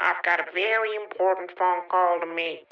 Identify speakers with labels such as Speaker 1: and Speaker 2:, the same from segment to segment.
Speaker 1: I've got a very important phone call to make.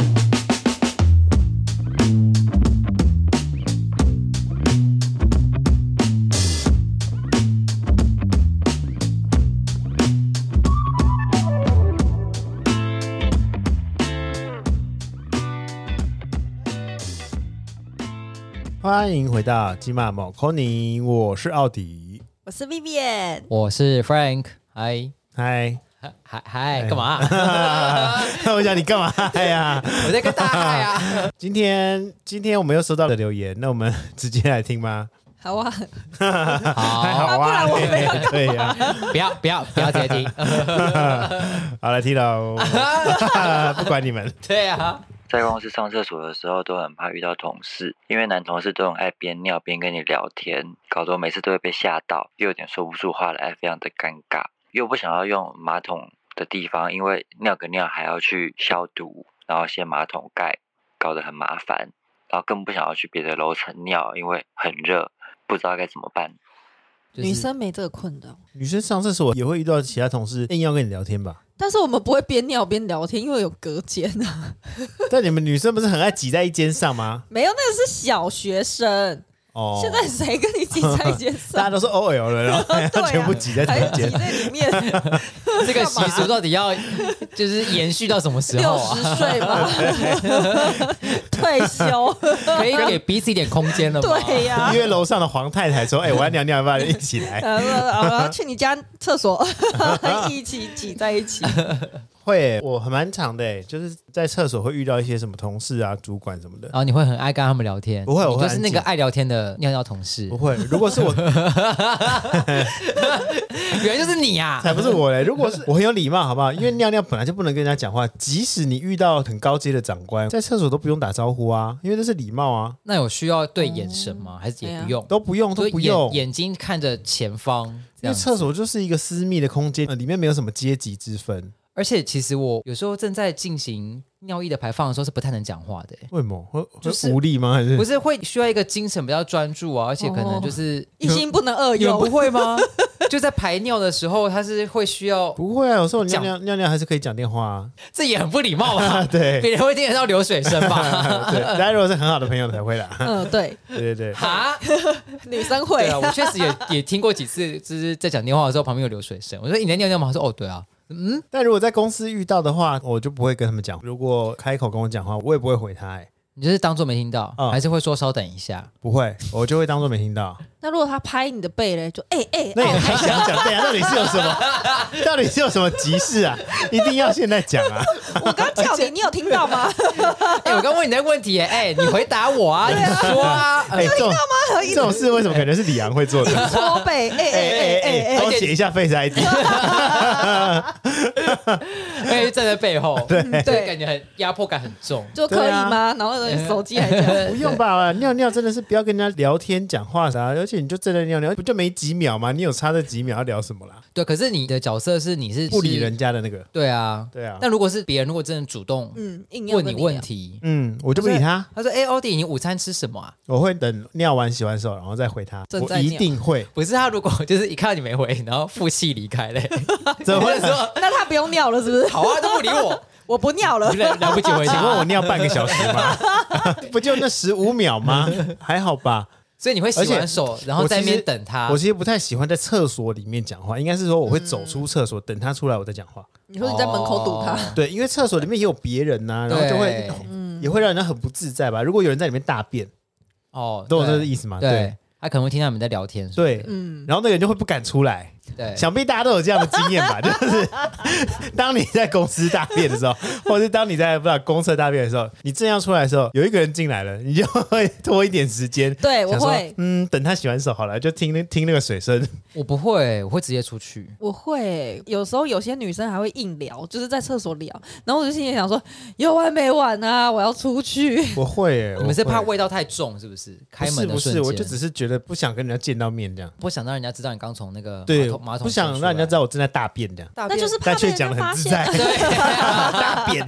Speaker 2: 欢迎回到金马某 c o n y 我是奥迪。
Speaker 3: 我是 Vivian，
Speaker 4: 我是 Frank，嗨
Speaker 2: 嗨，哎
Speaker 4: 嗨嗨，干嘛、啊？
Speaker 2: 我想你干嘛嗨呀、
Speaker 4: 我在跟大家嗨啊！
Speaker 2: 今天今天我们又收到了留言，那我们直接来听吗？
Speaker 3: 好啊，
Speaker 2: 还好啊，
Speaker 4: 好，
Speaker 3: 不然我们要
Speaker 2: 对呀、
Speaker 4: 不要不要不要直 接听。
Speaker 2: 好来听 喽，不管你们。
Speaker 4: 对啊，
Speaker 5: 在公司上厕所的时候都很怕遇到同事，因为男同事都很爱边尿边跟你聊天，搞得我每次都会被吓到，又有点说不出话来，非常的尴尬，又不想要用马桶的地方，因为尿个尿还要去消毒，然后掀马桶盖，搞得很麻烦，然后更不想要去别的楼层尿，因为很热，不知道该怎么办。
Speaker 4: 就是
Speaker 3: 女生没这个困扰，
Speaker 2: 女生上厕所也会遇到其他同事硬要跟你聊天吧？
Speaker 3: 但是我们不会边尿边聊天，因为有隔间啊。
Speaker 2: 但你们女生不是很爱挤在一间上吗？
Speaker 3: 没有，那个是小学生，
Speaker 2: 哦，
Speaker 3: 现在谁跟你挤在 一间
Speaker 2: 大家
Speaker 3: 上？
Speaker 2: 都是 OL 了，然后
Speaker 3: 对啊
Speaker 2: 全部挤在
Speaker 3: 还
Speaker 2: 同一间。
Speaker 3: 挤在里 面
Speaker 4: 这个习俗到底要就是延续到什么时候
Speaker 3: 六
Speaker 4: 啊？
Speaker 3: 十岁 吧，退休，
Speaker 4: 可以给彼此一点空间了吗？
Speaker 3: 对呀、
Speaker 2: 因为楼上的黄太太说：“哎、我要尿尿，要不要一起来？”
Speaker 3: 呃，我要去你家厕所， 一起挤在一 起。
Speaker 2: 会，我还蛮长的欸，就是在厕所会遇到一些什么同事啊、主管什么的。
Speaker 4: 然后你会很爱跟他们聊天，
Speaker 2: 不会我
Speaker 4: 你
Speaker 2: 会
Speaker 4: 就是那个
Speaker 2: 安静
Speaker 4: 爱聊天的尿尿同事
Speaker 2: 不，会，如果是我
Speaker 4: 原来就是你啊呀、
Speaker 2: 才不是我嘞！如果是我很有礼貌，好不好？因为尿尿本来就不能跟人家讲话，即使你遇到很高阶的长官，在厕所都不用打招呼啊，因为那是礼貌啊，
Speaker 4: 那有需要对眼神
Speaker 2: 哦
Speaker 4: 吗？还是也不用？
Speaker 2: 都不用，
Speaker 4: 就
Speaker 2: 啊都不用
Speaker 4: 眼。眼睛看着前方，这
Speaker 2: 因为
Speaker 4: 样子
Speaker 2: 厕所就是一个私密的空间，呃里面没有什么阶级之分。
Speaker 4: 而且其实我有时候正在进行尿液的排放的时候是不太能讲话的、欸
Speaker 2: 为什么？会
Speaker 4: 就
Speaker 2: 会
Speaker 4: 是
Speaker 2: 无力吗？还是哦
Speaker 4: 不是会需要一个精神比较专注啊，而且可能就是、
Speaker 3: 一心不能二
Speaker 4: 你们
Speaker 3: 用
Speaker 4: 不，会吗？ 就在排尿的时候，他是会需要，
Speaker 2: 不会啊？有时候尿
Speaker 4: 讲
Speaker 2: 尿尿尿还是可以讲电话啊。？
Speaker 4: 这也很不礼貌 吧
Speaker 2: 对
Speaker 4: 别人会听得到流水声吧？
Speaker 2: 对，大家如果是很好的朋友才会啦。
Speaker 3: 嗯， 对，
Speaker 2: 对对对。
Speaker 4: 哈，
Speaker 3: 女生
Speaker 4: 对
Speaker 3: 会
Speaker 4: 啊，我确实也也听过几次，就是在讲电话的时候旁边有流水声，我说你在尿尿吗？他说哦，对啊，
Speaker 2: 但如果在公司遇到的话，我就不会跟他们讲。如果开口跟我讲话，我也不会回他、欸，
Speaker 4: 你就是当做没听到，
Speaker 2: 嗯
Speaker 4: 还是会说稍等一下？
Speaker 2: 不会，我就会当做没听到。
Speaker 3: 那如果他拍你的背嘞，就哎哎，
Speaker 2: 那你
Speaker 3: 哦
Speaker 2: 还想讲？对啊，到底是有什么？ 到底是有什么急事啊？一定要现在讲啊！
Speaker 3: 我刚 叫你，你有听到吗？
Speaker 4: 哎、我刚问你那个问题耶，哎、你回答 我啊，你说啊，
Speaker 2: 哎、这种这种事为什么感觉是李阳会做的？
Speaker 3: 搓背， 哎
Speaker 2: 哎
Speaker 3: 哎
Speaker 2: 哎
Speaker 3: 哎哎哦
Speaker 2: 哎，帮
Speaker 3: 哎，
Speaker 2: 我写一下 Face ID。
Speaker 4: 哎、站在背 后，对，
Speaker 3: 对
Speaker 4: 感觉很压迫感很重。
Speaker 3: 就可以吗？然后手机还这样，
Speaker 2: 不用吧，尿尿真的是不要跟人家聊天讲话啥，而且你就正在尿尿，不就没几秒吗？你有差这几秒要聊什么啦？
Speaker 4: 对，可是你的角色是你是
Speaker 2: 不理人，家的那个，
Speaker 4: 对啊，
Speaker 2: 对啊
Speaker 4: 那如果是别人，如果真的主动
Speaker 3: 嗯，硬要
Speaker 4: 问
Speaker 3: 跟
Speaker 4: 你
Speaker 3: 聊
Speaker 4: 问，题，
Speaker 2: 嗯，我就不理他。
Speaker 4: 他说：“哎、欧弟，你午餐吃什么啊
Speaker 2: 我会等尿完洗完手，然后再回他。
Speaker 3: 正
Speaker 2: 我
Speaker 3: 在
Speaker 2: 一
Speaker 3: 尿
Speaker 2: 定 会？”，
Speaker 4: 不是他，如果就是一看到你没回，然后负气离 开嘞，
Speaker 2: 怎么
Speaker 4: 我
Speaker 2: 会
Speaker 4: 就？说
Speaker 3: 那他不用尿了是不是？
Speaker 4: 好啊，都不理 我，
Speaker 3: 我不尿了，
Speaker 4: 来来不及回
Speaker 2: 请问我
Speaker 4: 答。
Speaker 2: 尿半个小时 吗？不就那十五秒吗？还好吧。
Speaker 4: 所以你会洗完手，然后在那
Speaker 2: 我其
Speaker 4: 边
Speaker 2: 实
Speaker 4: 等他
Speaker 2: 我。其实不太喜欢在厕所里面讲话，应该是说我会走出厕所，等他出来我再讲话。
Speaker 3: 你说你在门口堵他，
Speaker 4: 哦
Speaker 2: 对，因为厕所里面也有别人呐、然后就会
Speaker 4: 对嗯
Speaker 2: 也会让人很不自在吧。如果有人在里面大便，
Speaker 4: 哦，
Speaker 2: 懂我这
Speaker 4: 对
Speaker 2: 个意思吗？
Speaker 4: 对，他可能会听到你们在聊天。是不
Speaker 2: 对
Speaker 4: 是，
Speaker 3: 嗯，
Speaker 2: 然后那个人就会不敢出来。
Speaker 4: 对，
Speaker 2: 想必大家都有这样的经验吧， 就是当你在公司大便的时候，或者是当你在不知道公厕大便的时候，你正要出来的时候，有一个人进来了，你就会拖一点时间。
Speaker 3: 对我
Speaker 2: 想说
Speaker 3: 会
Speaker 2: 嗯，等他洗完手好了，就听那听那个水声。
Speaker 4: 我不会，我会直接出去。
Speaker 3: 我会有时候有些女生还会硬聊，就是在厕所聊，然后我就心里想说有完没完啊，我要出去。
Speaker 2: 我会耶，
Speaker 4: 你们是怕
Speaker 2: 我会
Speaker 4: 味道太重，是不是？开
Speaker 2: 不
Speaker 4: 门
Speaker 2: 是
Speaker 4: 的
Speaker 2: 不
Speaker 4: 瞬
Speaker 2: 是，
Speaker 4: 间，
Speaker 2: 我就只是觉得不想跟人家见到面这样。
Speaker 4: 不想让人家知道你刚从那个
Speaker 2: 对，
Speaker 4: 桶马桶
Speaker 2: 不想让人家知
Speaker 4: 道。
Speaker 2: 道我正在大便的，
Speaker 3: 那就是怕
Speaker 2: 但
Speaker 3: 被
Speaker 2: 却
Speaker 3: 人
Speaker 2: 讲
Speaker 3: 家
Speaker 2: 的
Speaker 3: 发
Speaker 2: 很自
Speaker 3: 现
Speaker 2: 在
Speaker 3: 啊。，
Speaker 2: 大便，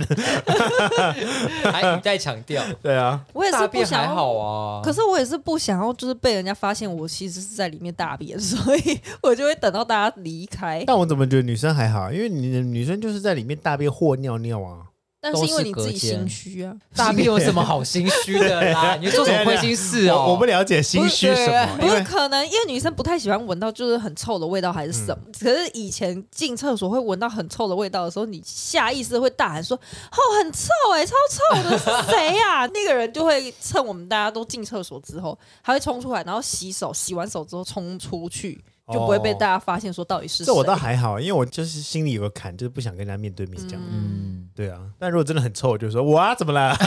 Speaker 4: 还一再强调，
Speaker 2: 对啊，
Speaker 3: 我也
Speaker 4: 大
Speaker 3: 是不
Speaker 4: 便
Speaker 3: 想
Speaker 4: 还
Speaker 3: 要
Speaker 4: 好啊。
Speaker 3: 可是我也是不想要，就是被人家发现我其实是在里面大便，所以我就会等到大家离开。
Speaker 2: 但我怎么觉得女生还好？因为你的女生就是在里面大便或尿尿啊，
Speaker 3: 但
Speaker 4: 都
Speaker 3: 是因为
Speaker 4: 是
Speaker 3: 你
Speaker 4: 隔
Speaker 3: 自己
Speaker 4: 间
Speaker 3: 心虚啊，
Speaker 4: 大便有什么好心虚的啦？ 你做什么亏心事哦？
Speaker 2: 我我不了解心虚什么，因
Speaker 4: 不
Speaker 3: 不是
Speaker 2: 为
Speaker 3: 可能，因为女生不太喜欢闻到就是很臭的味道还是什么。
Speaker 2: 嗯
Speaker 3: 可是以前进厕所会闻到很臭的味道的时候，你下意识会大喊说：“哦，很臭哎、超臭的，是谁呀、 那个人就会趁我们大家都进厕所之后，他会冲出来，然后洗手，洗完手之后冲出去，就不会被
Speaker 2: 哦
Speaker 3: 大家发现说到底是谁。
Speaker 2: 这我 倒还好，因为我就是心里有个坎，就是不想跟人家面对面这样。
Speaker 4: 嗯，
Speaker 2: 对啊，但如果真的很臭，我就说哇，怎么了？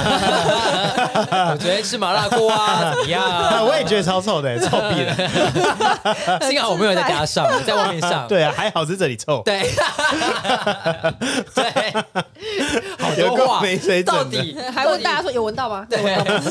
Speaker 4: 我昨天吃麻辣锅 啊，怎么样啊？
Speaker 2: 我也觉得超臭 的，臭屁的。
Speaker 4: 幸好我没有在 家上，我在外面上。
Speaker 2: 对啊，还好是这里臭，
Speaker 4: 对 对， 好
Speaker 2: 有
Speaker 4: 多
Speaker 2: 够
Speaker 4: 话
Speaker 2: 没水
Speaker 4: 到
Speaker 2: 准的。
Speaker 4: 底
Speaker 3: 还问大家说有闻到吗？有闻到吗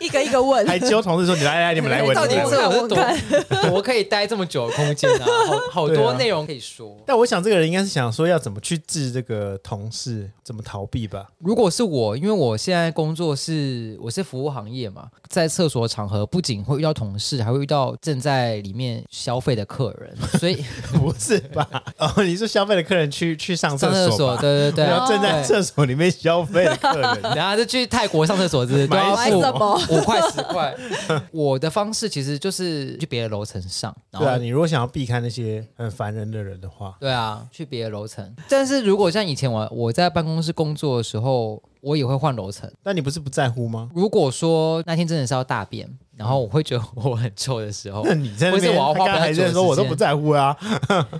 Speaker 3: 一个一个问。
Speaker 2: 还揪同事说：“你来来，你们来 闻。
Speaker 4: 到底
Speaker 2: 你们来闻
Speaker 4: 这
Speaker 3: 我
Speaker 4: 种
Speaker 3: 看我
Speaker 4: 多多可以待这么久的空间啊， 好好
Speaker 2: 对
Speaker 4: 多
Speaker 2: 啊
Speaker 4: 内容可以说。
Speaker 2: 但我想，这个人应该是想说要怎么去治这个同事，怎么逃避 吧？
Speaker 4: 如果是我，因为我现在工作是我是服务行业嘛，在厕所场合不仅会遇到同事，还会遇到正在里面消费的客人，所以
Speaker 2: 不是吧？哦，你是消费的客人去去上
Speaker 4: 上厕所，
Speaker 2: 所吧？
Speaker 4: 对对
Speaker 2: 然后
Speaker 4: 对，
Speaker 2: 正在
Speaker 4: 对。
Speaker 2: 厕所里面消费的客人，
Speaker 4: 然后就去泰国上厕所，是
Speaker 2: 买
Speaker 3: 什么
Speaker 4: 五块十块。我的方式其实就是去别的楼层上，然
Speaker 2: 对啊，
Speaker 4: 后
Speaker 2: 你如果想要避开那些很烦人的人的话，
Speaker 4: 对啊，去别的楼层。但是如果像以前我我在办公室工作的时候，我也会换楼层。
Speaker 2: 那你不是不在乎吗？
Speaker 4: 如果说那天真的是要大便，然后我会觉得我很臭的时候
Speaker 2: 那，你在那边，
Speaker 4: 不是我要
Speaker 2: 他刚
Speaker 4: 花比较
Speaker 2: 才还
Speaker 4: 久的
Speaker 2: 在说，我
Speaker 4: 时
Speaker 2: 都
Speaker 4: 间
Speaker 2: 不在乎啊。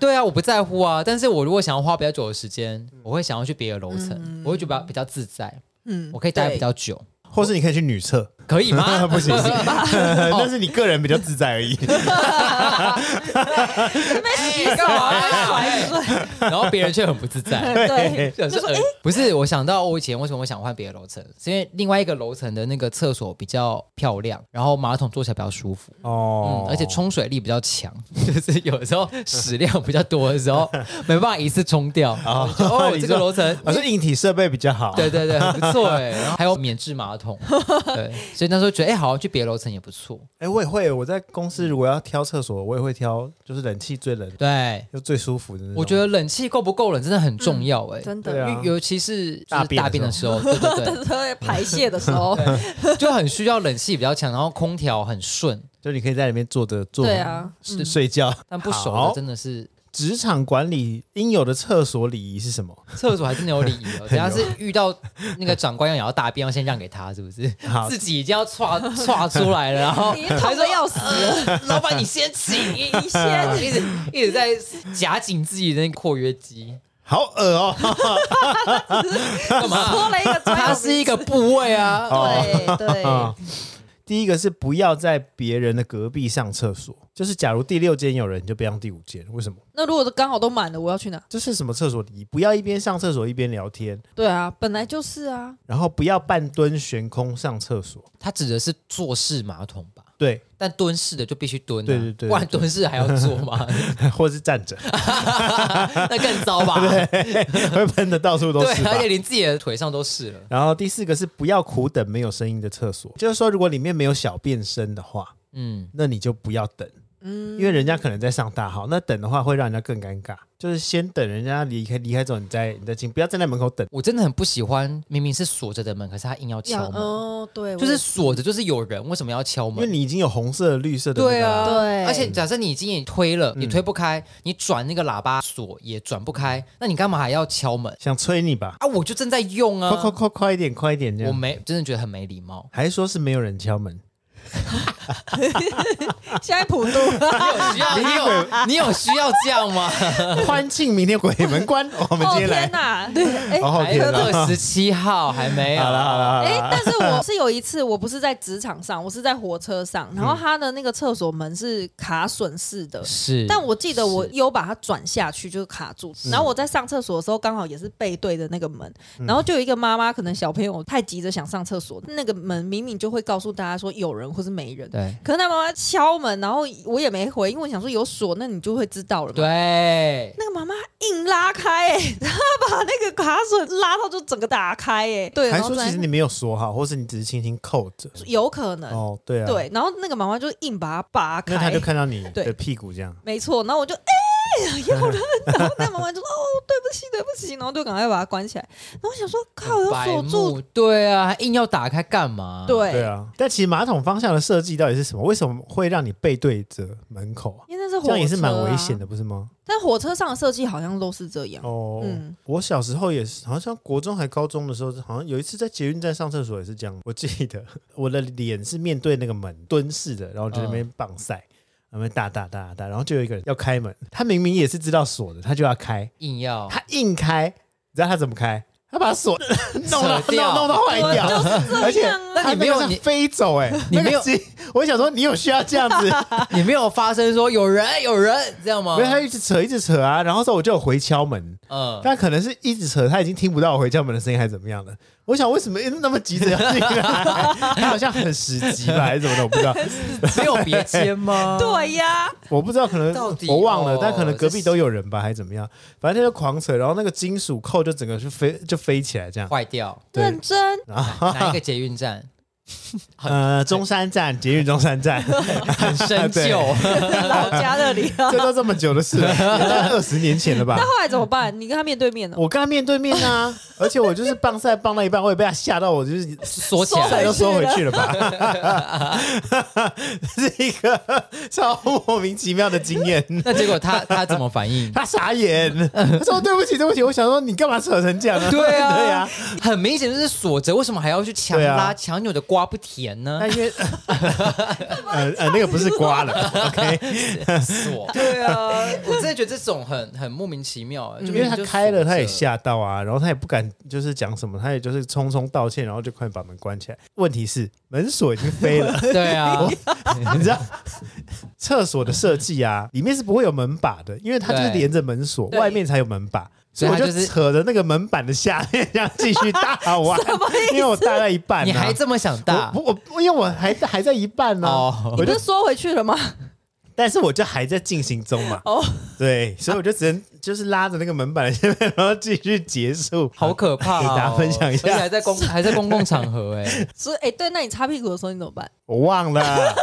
Speaker 4: 对啊，我不在乎啊。但是我如果想要花比较久的时间，我会想要去别的楼层，
Speaker 2: 嗯
Speaker 4: 我会觉得比较自在，
Speaker 3: 嗯
Speaker 4: 我可以待比
Speaker 3: 对
Speaker 4: 较久，
Speaker 2: 或是你可以去女厕，
Speaker 4: 可以 吗？
Speaker 2: 不行，不行
Speaker 4: 哦
Speaker 2: 但是你个人比较自在而已。
Speaker 4: 哎干嘛啊
Speaker 3: 甩水，
Speaker 4: 然后别人却很不自在。
Speaker 3: 对，
Speaker 4: 想说呃不是，我想到我以前为什么我想换别的楼层，是因为另外一个楼层的那个厕所比较漂亮，然后马桶坐起来比较舒服，
Speaker 2: 哦
Speaker 4: 嗯，而且冲水力比较强， 就是有时候屎量比较多的时候，没办法一次冲掉。
Speaker 2: 哦
Speaker 4: 哦， 哦
Speaker 2: 你
Speaker 4: 这
Speaker 2: 说
Speaker 4: 个楼层
Speaker 2: 啊，是硬体设备比较好。
Speaker 4: 对对对，很不错哎。然后还有免治马 桶，对，所以那时候觉得哎、好像去别的楼层也不错。
Speaker 2: 哎，我也会，我在公司如果要挑厕所，我也会挑，就是冷气最冷
Speaker 4: 对，啊
Speaker 2: 又最舒服的那种。
Speaker 4: 我觉得冷气够不够冷真的很重要哎、
Speaker 3: 真
Speaker 2: 对
Speaker 3: 的。
Speaker 2: 啊
Speaker 4: 尤尤其是就
Speaker 2: 大
Speaker 4: 是
Speaker 2: 便的
Speaker 4: 大便的时候，对对
Speaker 3: 在排泄的时 候，
Speaker 4: 对，就很需要冷气比较强，然后空调很顺，
Speaker 2: 就你可以在里面坐着坐，
Speaker 3: 对啊，
Speaker 4: 嗯
Speaker 2: 睡，睡觉。
Speaker 4: 但不熟
Speaker 2: 好
Speaker 4: 的真的是
Speaker 2: 职场管理应有的厕所礼仪是什么？
Speaker 4: 厕所还真的有礼仪 哦。等下是遇到那个长官要也要大便，要先让给他，是不是
Speaker 2: 好？
Speaker 4: 自己已经要岔岔出来了，然 后
Speaker 3: 你痛的要死，
Speaker 4: 老板你先请，一
Speaker 3: 你先
Speaker 4: 一直一直在夹紧自己的那个括约肌。
Speaker 2: 好恶哦！
Speaker 4: 干嘛？
Speaker 3: 说了一个专有名词，
Speaker 4: 它是一个哦部位 啊。
Speaker 3: 对对，
Speaker 2: 第一个是不要在别人的隔壁上厕所，就是假如第六间有人，你就不要上第五间。为什么？
Speaker 3: 那如果刚好都满了，我要去哪？
Speaker 2: 这是什么厕所礼仪？不要一边上厕所一边聊天，
Speaker 3: 对啊，本来就是啊，
Speaker 2: 然后不要半蹲悬空上厕所。
Speaker 4: 它指的是坐式马桶吧？
Speaker 2: 对，
Speaker 4: 但蹲式的就必须蹲、啊，
Speaker 2: 对对对
Speaker 4: 不然蹲式还要坐 吗？
Speaker 2: 或者是站着，
Speaker 4: 那更糟吧？对，
Speaker 2: 会喷的到处都是吧
Speaker 4: 而。且连自己的腿上都是了。
Speaker 2: 然后第四个是不要苦等没有声音的厕所，就是说如果里面没有小便声的话，
Speaker 4: 嗯，
Speaker 2: 那你就不要等，
Speaker 3: 嗯，
Speaker 2: 因为人家可能在上大号，那等的话会让人家更尴尬。就是先等人家离开离开之后，你再你再进，不要站在门口等。
Speaker 4: 我真的很不喜欢，明明是锁着的门，可是他硬要
Speaker 3: 要
Speaker 4: 敲门，
Speaker 3: 哦，对，
Speaker 4: 就
Speaker 3: 我
Speaker 4: 是
Speaker 3: 也嗯
Speaker 4: 锁着，就是有人，为什么要敲
Speaker 2: 因为
Speaker 4: 门？
Speaker 2: 你已经有红色、绿色的、那
Speaker 4: 对
Speaker 2: 个
Speaker 4: 啊，
Speaker 2: 啦，
Speaker 3: 对
Speaker 4: 而且假设你已经也推了，也推
Speaker 2: 嗯
Speaker 4: 不开，你转那个喇叭锁也转不开，那你干嘛还要敲门
Speaker 2: 想催你吧，
Speaker 4: 啊？我就正在用
Speaker 2: 快快
Speaker 4: 啊，
Speaker 2: 快快一点，快一点这
Speaker 4: 我
Speaker 2: 样。
Speaker 4: 没真的觉得很没 礼貌。
Speaker 2: 还说是没有人敲门，
Speaker 3: 现在 普渡，
Speaker 4: 你有需要？你有你有需要这样吗？
Speaker 2: 欢庆明天鬼门关，我们
Speaker 3: 哦
Speaker 2: 今天来
Speaker 3: 天，哪，对，哎
Speaker 2: 好好
Speaker 4: 还
Speaker 2: 天
Speaker 4: 有
Speaker 2: 啊！
Speaker 4: 二十七号还没有。
Speaker 2: 好了好了好了，
Speaker 3: 哎、但是我是有一次，我不是在职场上，我是在火车上，然后他的那个厕所门是卡榫式的。
Speaker 4: 是，
Speaker 3: 但我记得我有把它转下去，就是卡住。然后我在上厕所的时候，刚好也是背对着那个门，
Speaker 2: 嗯
Speaker 3: 然后就有一个妈妈，可能小朋友太急着想上厕所，那个门明明就会告诉大家说有人或是没人。
Speaker 4: 对
Speaker 3: 可是他妈妈敲门，然后我也没回，因为我想说有锁，那你就会知道了
Speaker 2: 啊
Speaker 3: 嘛。
Speaker 4: 对，
Speaker 3: 那个妈妈硬拉开、欸， 她把那个卡锁拉到就整个打开、欸，哎，对，
Speaker 2: 还
Speaker 3: 然
Speaker 2: 是
Speaker 3: 后
Speaker 2: 说
Speaker 3: 在
Speaker 2: 其实你没有锁好，或是你只是轻轻扣着。
Speaker 3: 有可能、
Speaker 2: 哦，对啊，，
Speaker 3: 对，然后那个妈妈就硬把它拔
Speaker 2: 那他
Speaker 3: 开
Speaker 2: 就，看到你
Speaker 3: 对
Speaker 2: 的屁股这样。
Speaker 3: 没错，然后我就哎、 有人，然后那妈妈就说哦对不起对不起，然后就赶快把它关起来，然后我想说靠有
Speaker 4: 白
Speaker 3: 锁住，
Speaker 4: 目，对啊，还硬要打开干嘛？，
Speaker 3: 对
Speaker 2: 对啊，但其实马桶方向的设计到底是什么？为什么会让你背对着门口啊？
Speaker 3: 因为那是
Speaker 2: 这
Speaker 3: 火车、啊，
Speaker 2: 样也是蛮危险。的，不是吗？
Speaker 3: 但火车上的设计好像都是这样，
Speaker 2: 哦，
Speaker 3: 嗯
Speaker 2: 我小时候也是，好像国中还高中的时候，好像有一次在捷运站上厕所也是这样。我记得我的脸是面对那个门蹲式的，然后就在那边棒晒，那边大大大大，然后就有一个人要开门，他明明也是知道锁的，他就要开，
Speaker 4: 硬要
Speaker 2: 他硬开，你知道他怎么开？他把锁 弄到
Speaker 4: 扯掉
Speaker 2: 弄弄到坏掉，而且
Speaker 4: 啊那
Speaker 2: 他
Speaker 4: 你没有
Speaker 2: 那个
Speaker 4: 你
Speaker 2: 是飞走哎、
Speaker 4: 你没有
Speaker 2: 那个是， 我想说你有需要这样 子，
Speaker 4: 你没有发生说有人有人这样吗
Speaker 2: 没有？他一直扯一直扯啊，然后之后我就有回敲门，
Speaker 4: 嗯，
Speaker 2: 但可能是一直扯，他已经听不到我回家门的声音，还是怎么样的？我想为什么那么急着要进来？他好像很时急吧，还是怎么的？我不知道，
Speaker 4: 没有别间 吗？
Speaker 3: 对呀、
Speaker 2: 我不知道，可能
Speaker 4: 到底
Speaker 2: 我忘了，
Speaker 4: 哦
Speaker 2: 但可能隔壁都有人吧，还是怎么样？反正他就狂扯，然后那个金属扣就整个就飞 就飞起来这样。
Speaker 4: 坏掉，
Speaker 2: 对
Speaker 3: 认， 真
Speaker 2: 然后
Speaker 4: 哪一个捷运站
Speaker 2: 呃，中山站捷运中山站，
Speaker 4: 很 深究？
Speaker 3: 老家那里啊。
Speaker 2: 这都这么久的事了，也在二十年前了吧
Speaker 3: 那？后来怎么办？你跟他面对面了，
Speaker 2: 我跟他面对面 啊，而且我就是棒赛棒到一半，我也被他吓到，我就是
Speaker 4: 锁起
Speaker 3: 收
Speaker 2: 赛
Speaker 4: 来
Speaker 3: 回
Speaker 2: 都
Speaker 3: 去
Speaker 2: 收回
Speaker 3: 了
Speaker 2: 去了吧， 是一个超莫名其妙的经 验。
Speaker 4: 那结果他他怎么 反应？
Speaker 2: 他傻眼，他说对不起，对不起。我想说你干嘛扯成这样呢？
Speaker 4: 对啊，
Speaker 2: 对啊。
Speaker 4: 很明显就是锁着，为什么还要去强
Speaker 2: 对啊
Speaker 4: 拉、强扭的瓜不甜呢
Speaker 2: 那？因为呃呃那个不是刮了，OK，
Speaker 4: 锁，对啊，我真的觉得这种很很莫名其妙、 欸，
Speaker 2: 嗯
Speaker 4: 就
Speaker 2: 因
Speaker 4: 明
Speaker 2: 为
Speaker 4: 明
Speaker 2: 他
Speaker 4: 就
Speaker 2: 开了，
Speaker 4: 锁着
Speaker 2: 他也。吓到啊，然后他也不敢就是讲什么，他也就是匆匆道歉，然后就快把门关起来。问题是门锁已经飞了，
Speaker 4: 对啊，
Speaker 2: 你知道厕所的设计啊，里面是不会有门把的，因为它就是
Speaker 4: 对
Speaker 2: 连着门锁，
Speaker 3: 对
Speaker 2: 外面才有门把。所以我
Speaker 4: 所以它
Speaker 2: 就
Speaker 4: 就是
Speaker 2: 扯着那个门板的下面，这样继续大 玩，因为我大概一半、啊，
Speaker 4: 你还这么想大
Speaker 2: 我？不我因为我还还在一半呢、
Speaker 4: 哦
Speaker 2: 我
Speaker 3: 你不
Speaker 2: 就是
Speaker 3: 缩回去了吗？
Speaker 2: 但是我就还在进行中 嘛，
Speaker 3: 哦，
Speaker 2: 对，所以我就只能就是拉着那个门板的下面，然后继续结束。
Speaker 4: 好可怕、哦！
Speaker 2: 给大家分享一下
Speaker 4: 而且还在 公还在公共场合、哎，
Speaker 3: 所以哎、对，那你擦屁股的时候你怎么办？
Speaker 2: 我忘了，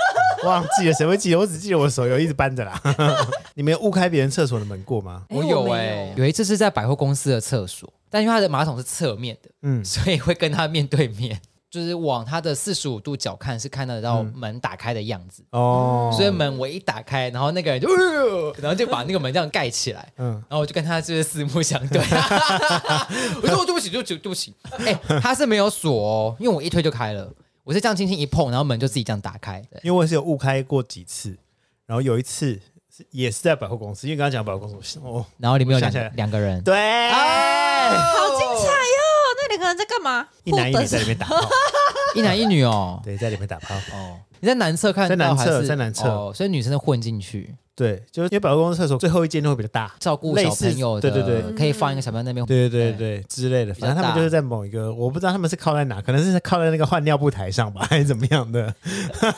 Speaker 2: 忘记了，谁会记得？我只记得我手游一直扳着啦。 你们有误开别人厕所的门过吗？
Speaker 3: 哎
Speaker 4: 有
Speaker 3: 我没
Speaker 4: 哎、
Speaker 3: 有
Speaker 4: 有一次是在百货公司的厕所，但因为它的马桶是侧面的，
Speaker 2: 嗯，
Speaker 4: 所以会跟它面对面，就是往它的四十五度角看，是看得到
Speaker 2: 嗯
Speaker 4: 门打开的样子。
Speaker 2: 哦，
Speaker 4: 所以门我一打开，然后那个人就，呃然后就把那个门这样盖起来，
Speaker 2: 嗯
Speaker 4: 然后我就跟他就是四目相对， 我说我对不起，对不起，对不起，哎、他是没有锁哦，因为我一推就开了，我是这样轻轻一碰，然后门就自己这样打开，对
Speaker 2: 因为我是有误开过几次，然后有一次是也是在百货公司，因为刚刚讲百货公司，哦，
Speaker 4: 然后里面有两
Speaker 2: 我想起
Speaker 4: 个
Speaker 2: 来
Speaker 4: 两个人，
Speaker 2: 对，
Speaker 4: 哎
Speaker 3: 好精彩哟、那两个人在干嘛？
Speaker 2: 哦一男一女在里面打炮，
Speaker 4: 一男一女哦，
Speaker 2: 对，在里面打炮，
Speaker 4: 哦，你在男厕看
Speaker 2: 在
Speaker 4: 到
Speaker 2: 男
Speaker 4: 还
Speaker 2: 厕
Speaker 4: 是
Speaker 2: 在男厕
Speaker 4: 哦，所以女生是混进去
Speaker 2: 对，就是因为百货公司厕所最后一间都会比较大，
Speaker 4: 照顾
Speaker 2: 类
Speaker 4: 小
Speaker 2: 似
Speaker 4: 朋友的，
Speaker 2: 对对对。
Speaker 4: 可以放一个小朋友那边，
Speaker 2: 对对对对，之类的，
Speaker 4: 较
Speaker 2: 反正他们
Speaker 4: 大
Speaker 2: 就是在某一个，我不知道他们是靠在哪，可能是靠在那个换尿布台上吧，还 是怎么样的，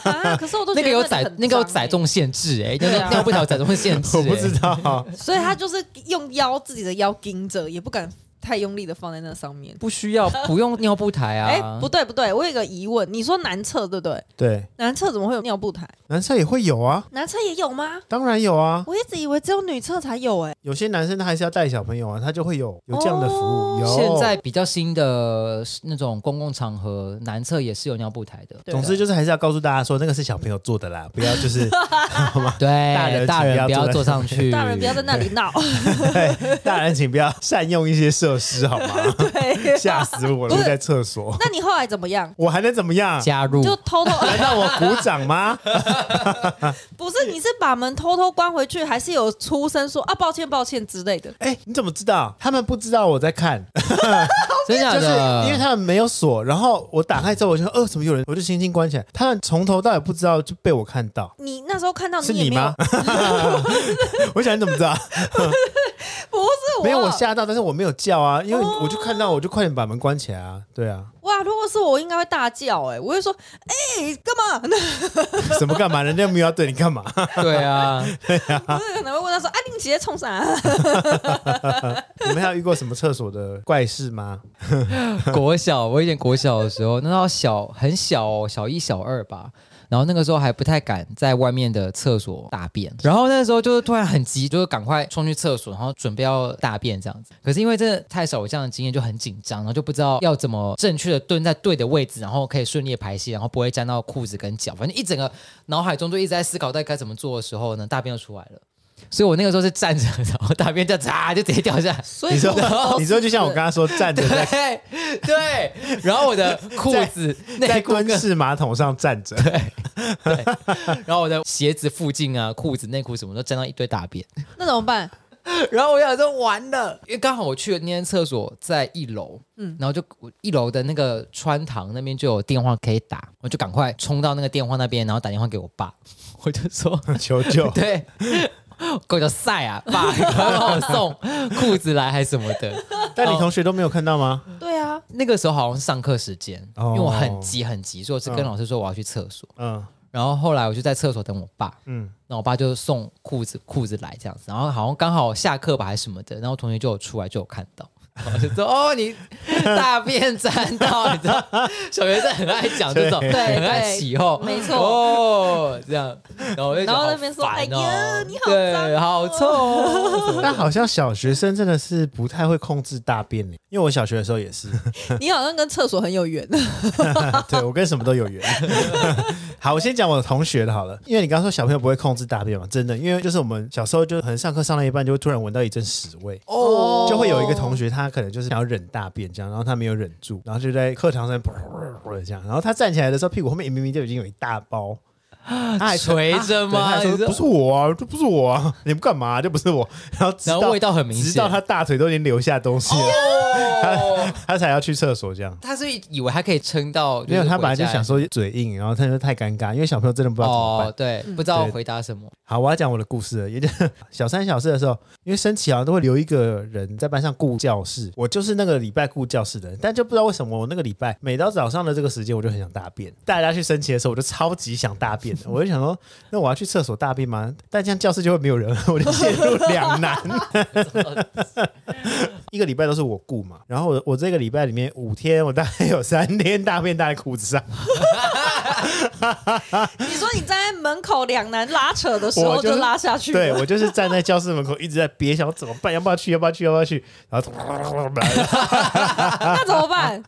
Speaker 3: 啊，可是我都觉
Speaker 4: 那
Speaker 3: 得
Speaker 4: 个有
Speaker 3: 里
Speaker 4: 载
Speaker 3: 很
Speaker 4: 那个有
Speaker 3: 脏
Speaker 4: 载
Speaker 3: 欸，
Speaker 4: 重限制哎、那
Speaker 3: 对
Speaker 4: 个
Speaker 3: 啊
Speaker 4: 尿布条有载重限 制、
Speaker 2: 我不知
Speaker 4: 哎
Speaker 2: 道。
Speaker 3: 所以他就是用腰自己的腰盯着，也不敢太用力的放在那上面。
Speaker 4: 不需要，不用尿布台啊。
Speaker 3: 哎、不对不对，我有一个疑问，你说男厕对不对？
Speaker 2: 对，
Speaker 3: 男厕怎么会有尿布台？
Speaker 2: 男厕也会有啊，
Speaker 3: 男厕也有吗？
Speaker 2: 当然有啊，
Speaker 3: 我一直以为只有女厕才有哎、
Speaker 2: 有些男生他还是要带小朋友啊，他就会有有这样的服务。
Speaker 3: 哦
Speaker 2: 有
Speaker 4: 现在比较新的那种公共场合，男厕也是有尿布台的。
Speaker 3: 对啊
Speaker 2: 总之就是还是要告诉大家说，那个是小朋友做的啦， 不要就是
Speaker 4: 对，
Speaker 2: 大人
Speaker 4: 啊大人
Speaker 2: 请
Speaker 4: 不
Speaker 2: 不
Speaker 4: 要
Speaker 2: 要
Speaker 4: 坐
Speaker 2: 坐
Speaker 4: 上去，
Speaker 3: 大人不要在那里 闹，
Speaker 2: 对大人，请不要善用一些设施好吗？
Speaker 3: 对。啊
Speaker 2: 吓死我了！
Speaker 3: 不是
Speaker 2: 我在厕所，
Speaker 3: 那你后来怎么样？
Speaker 2: 我还能怎么 样？
Speaker 4: 加入。
Speaker 3: 就 偷偷
Speaker 2: 难道我鼓掌吗？
Speaker 3: 不是？你是把门偷偷关回去，还是有出声说啊抱歉抱歉之类的？
Speaker 2: 哎、你怎么知道？他们不知道我在看，
Speaker 4: 真假
Speaker 2: 就是
Speaker 4: 的？
Speaker 2: 因为他们没有锁。然后我打开之后，我就呃，怎么有人？我就轻轻关起来。他们从头到尾不知道，就被我看到。
Speaker 3: 哦你那时候看到
Speaker 2: 是
Speaker 3: 也
Speaker 2: 你
Speaker 3: 没有
Speaker 2: 吗？？我想你怎么知道？
Speaker 3: 不是我，
Speaker 2: 没有，我吓到，但是我没有叫啊，因为我就看到，我就快点把门关起来啊。对啊，
Speaker 3: 哇，如果是我，我应该会大叫哎、我会说哎、干嘛？
Speaker 2: 什么干嘛？人家没有要对你干嘛？
Speaker 4: 对啊，
Speaker 3: 我可能会问他说啊，你姐在冲啥？
Speaker 2: 你们还有遇过什么厕所的怪事吗？
Speaker 4: 国小，我以前国小的时候，那时候小很小、哦，小一小二吧。然后那个时候还不太敢在外面的厕所大便，然后那时候就是突然很急，就是赶快冲去厕所，然后准备要大便这样子。可是因为真的太少有这样的经验，就很紧张，然后就不知道要怎么正确的蹲在对的位置，然后可以顺利地排泄，然后不会沾到裤子跟脚。反正一整个脑海中就一直在思考到底该怎么做的时候呢，大便就出来了。所以我那个时候是站着，然后大便就 嚓就直接掉下来。
Speaker 3: 所以
Speaker 2: 你 说
Speaker 3: 我，
Speaker 2: 你说就像我刚刚说站着在
Speaker 4: 对对，然后我的裤子、内
Speaker 2: 在
Speaker 4: 裤跟
Speaker 2: 蹲，式马桶上站着，
Speaker 4: 然后我的鞋子附近啊、裤子、内裤什么都沾到一堆大便，
Speaker 3: 那怎么办？
Speaker 4: 然后我想说完了，因为刚好我去的那间厕所在一楼，嗯，然后就我一楼的那个穿堂那边就有电话可以打，我就赶快冲到那个电话那边，然后打电话给我爸， 我就 说。
Speaker 2: 求救
Speaker 4: 对，狗叫晒啊，爸，快帮我送裤子来还是什么的。
Speaker 2: 但你同学都没有看到吗？
Speaker 3: 对 啊，
Speaker 4: 那个时候好像是上课时间，
Speaker 2: 哦
Speaker 4: 因为我很急很急，所以我是跟老师说我要去厕所。
Speaker 2: 嗯
Speaker 4: 然后后来我就在厕所等我爸，
Speaker 2: 嗯，
Speaker 4: 那我爸就送裤子裤子来这样子，然后好像刚好下课吧还是什么的，然后同学就有出来就有看到。 然后就说哦，你大便沾到，你知道， 小学生很爱讲这种，
Speaker 2: 对
Speaker 3: 对
Speaker 4: 很爱起哄，
Speaker 3: 没错
Speaker 4: 哦，这样，然后我就觉得
Speaker 3: 然后
Speaker 4: 好
Speaker 3: 那边说
Speaker 4: 烦
Speaker 3: 哎呀
Speaker 4: 哦
Speaker 3: 你好脏
Speaker 4: 对，
Speaker 3: 哦
Speaker 4: 好臭 哦，
Speaker 2: 嗯但好像小学生真的是不太会控制大便呢，因为我小学的时候也是，
Speaker 3: 你好像跟厕所很有缘。
Speaker 4: 哦
Speaker 2: 对我跟什么都有缘。 好，我先讲我的同学的好了，因为你刚刚说小朋友不会控制大便嘛，真的，因为就是我们小时候就可能上课上到一半就会突然闻到一阵屎味，
Speaker 3: 哦
Speaker 2: 就会有一个同学，他可能就是想要忍大便这样，然后他没有忍住，然后就在课堂上噗噗噗这样，然后他站起来的时候，屁股后面明明就已经有一大包，他还说
Speaker 4: 垂着
Speaker 2: 对他
Speaker 4: 吗？
Speaker 2: 还说
Speaker 4: 你知道
Speaker 2: 不是我啊，这不是我啊，你们干嘛、这不是我，然后直
Speaker 4: 然
Speaker 2: 到
Speaker 4: 后味道很明显
Speaker 2: 直到他大腿都已经留下东西了，
Speaker 4: 哦，
Speaker 2: 他才要去厕所这样。
Speaker 4: 他是以为还可以撑到，就是
Speaker 2: 没有，他本来就
Speaker 4: 回家
Speaker 2: 想说嘴硬，然后他就太尴尬，因为小朋友真的不知道怎么办。
Speaker 4: 哦，对，不知道回答什么，
Speaker 2: 好，我要讲我的故事了。也就是小三、小四的时候，因为升旗好像都会留一个人在班上顾教室，我就是那个礼拜顾教室的人，但就不知道为什么我那个礼拜每到早上的这个时间，我就很想大便。大家去升旗的时候，我就超级想大便的，我就想说，那我要去厕所大便吗？但这样教室就会没有人，我就陷入两难。一个礼拜都是我顾嘛，然后我我这个礼拜里面五天，我大概有三天大便大在裤子上。
Speaker 3: 你说你站在门口两难拉扯的时候
Speaker 2: 就是
Speaker 3: 就拉下去了，
Speaker 2: 对我就是站在教室门口一直在憋，想怎么办？要不要去？要不要去？要不要去？然后
Speaker 3: 那怎 么办？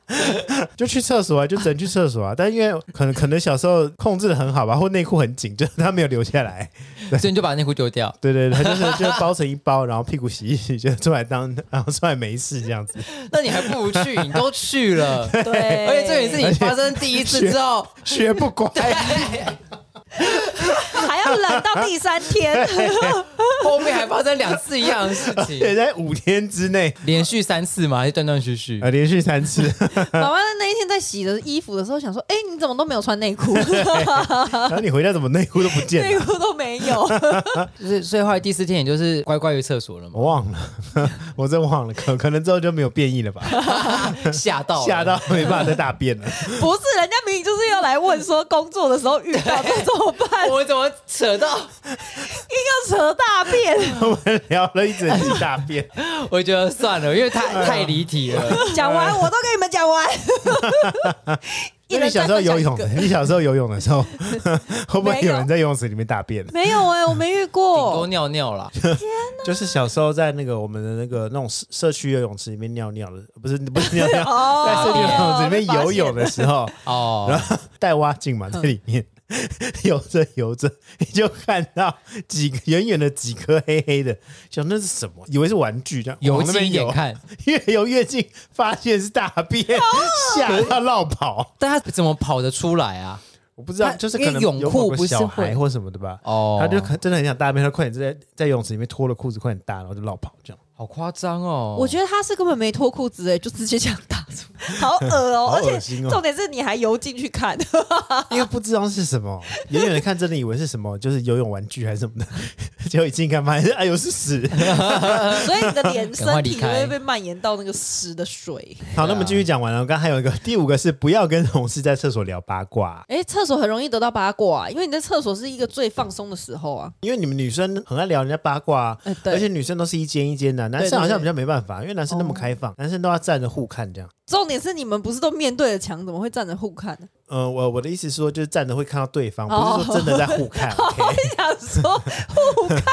Speaker 2: 就去厕所啊，就只能去厕所啊。但因为可能可能小时候控制的很好吧，或内裤很紧，就是他没有留下来。
Speaker 4: 所以你就把内裤丢掉。
Speaker 2: 对对对，他就是就包成一包，然后屁股洗一洗就出来当，然后出来没事这样子。
Speaker 4: 那你还不如去，你都去了。
Speaker 3: 对，
Speaker 4: 而且这也是你发生第一次之后，
Speaker 2: 学不乖，
Speaker 3: 还要忍到第三 天，
Speaker 4: 后面还发生两次一样的事
Speaker 2: 也
Speaker 4: 情，
Speaker 2: 在五天之内
Speaker 4: 连续三次嘛，还是断断续续
Speaker 2: 啊、？呃连续三次，
Speaker 3: 妈妈那一天在洗的衣服的时候想说，哎、你怎么都没有穿 内裤，
Speaker 2: 然后你回家怎么内裤都不见
Speaker 3: 内
Speaker 2: 了？
Speaker 3: 裤都没有。
Speaker 4: 就是所以后来第四天，你就是乖乖去厕所了嘛，
Speaker 2: 我忘了，我真忘了，可可能之后就没有变异了吧？
Speaker 4: 吓到了
Speaker 2: 吓到没办法再大便了。
Speaker 3: 不是，人家明明就是要来问说工作的时候遇到这怎么办，
Speaker 4: 我们怎么扯到？
Speaker 3: 硬要扯大便，
Speaker 2: 我们聊了一整集大便，
Speaker 4: 我觉得算了，因为太太离题
Speaker 2: 哎
Speaker 4: 了。
Speaker 3: 讲完我都给你们 讲完。
Speaker 2: 那
Speaker 3: 一
Speaker 2: 你
Speaker 3: 人
Speaker 2: 小
Speaker 3: 再
Speaker 2: 时候游
Speaker 3: 分享 一
Speaker 2: 泳
Speaker 3: 个，
Speaker 2: 你小时候游泳的时候， 会不会有人在游泳池里面大便？
Speaker 3: 没有哎、我没遇
Speaker 4: 多
Speaker 3: 过。
Speaker 4: 尿尿啦，
Speaker 2: 就是小时候在那个我们的那个那种社社区游泳池里面尿尿的，不是不是尿尿，
Speaker 3: 哦
Speaker 2: 在社区游泳池里面游泳
Speaker 3: 被
Speaker 2: 的时候，
Speaker 4: 哦
Speaker 2: 然，后带蛙镜嘛在里面。 游着游着，你就看到几个远远的几颗黑黑的，想那是什么？以为是玩具，这样
Speaker 4: 游
Speaker 2: 往那
Speaker 4: 近一
Speaker 2: 边
Speaker 4: 点
Speaker 2: 游，
Speaker 4: 看，
Speaker 2: 越游越近，发现是大便，
Speaker 3: 哦
Speaker 2: 吓到绕跑。
Speaker 4: 但他怎么跑得出来啊？
Speaker 2: 我不知道，
Speaker 4: 他
Speaker 2: 就是
Speaker 4: 因
Speaker 2: 可
Speaker 4: 为
Speaker 2: 能
Speaker 4: 泳
Speaker 2: 有
Speaker 4: 裤
Speaker 2: 某个
Speaker 4: 不是
Speaker 2: 小
Speaker 4: 会
Speaker 2: 孩或什么的吧。
Speaker 4: 哦
Speaker 2: 他就可真的很想大便，他快点在在泳池里面脱了裤子，快点大，然后就绕跑这 样。
Speaker 4: 好夸张哦！
Speaker 3: 我觉得他是根本没脱裤子哎、就直接这样打出，好恶哦、
Speaker 2: 好
Speaker 3: 而
Speaker 2: 恶
Speaker 3: 且
Speaker 2: 心哦
Speaker 3: 重点是你还游进去 看，
Speaker 2: 因为不知道是什么，远远的看真的以为是什么，就是游泳玩具还是什么的， 结果一进看发现，哎呦是 屎。
Speaker 3: 所以你的脸、
Speaker 4: 赶快
Speaker 3: 身
Speaker 4: 离
Speaker 3: 体就会
Speaker 4: 开
Speaker 3: 被蔓延到那个湿的水。
Speaker 2: 好，那我们继续讲完了。我刚刚还有一个第五个是不要跟同事在厕所聊八卦，
Speaker 3: 哎，厕所很容易得到八卦、啊因为你在厕所是一个最放松的时候啊。
Speaker 2: 因为你们女生很爱聊人家八卦 啊、
Speaker 3: 哎，对，
Speaker 2: 而且女生都是一间一间的，男
Speaker 3: 对对
Speaker 2: 生好像
Speaker 3: 对
Speaker 2: 比较没办法，因为男生那么开放，男生都要站着互看这 样。
Speaker 3: 重点是你们不是都面对着墙，怎么会站着互看 呢？
Speaker 2: 呃，我我的意思是说，就是站着会看到对方，
Speaker 3: 哦
Speaker 2: 不是说真的在互看。OK
Speaker 3: 想说互看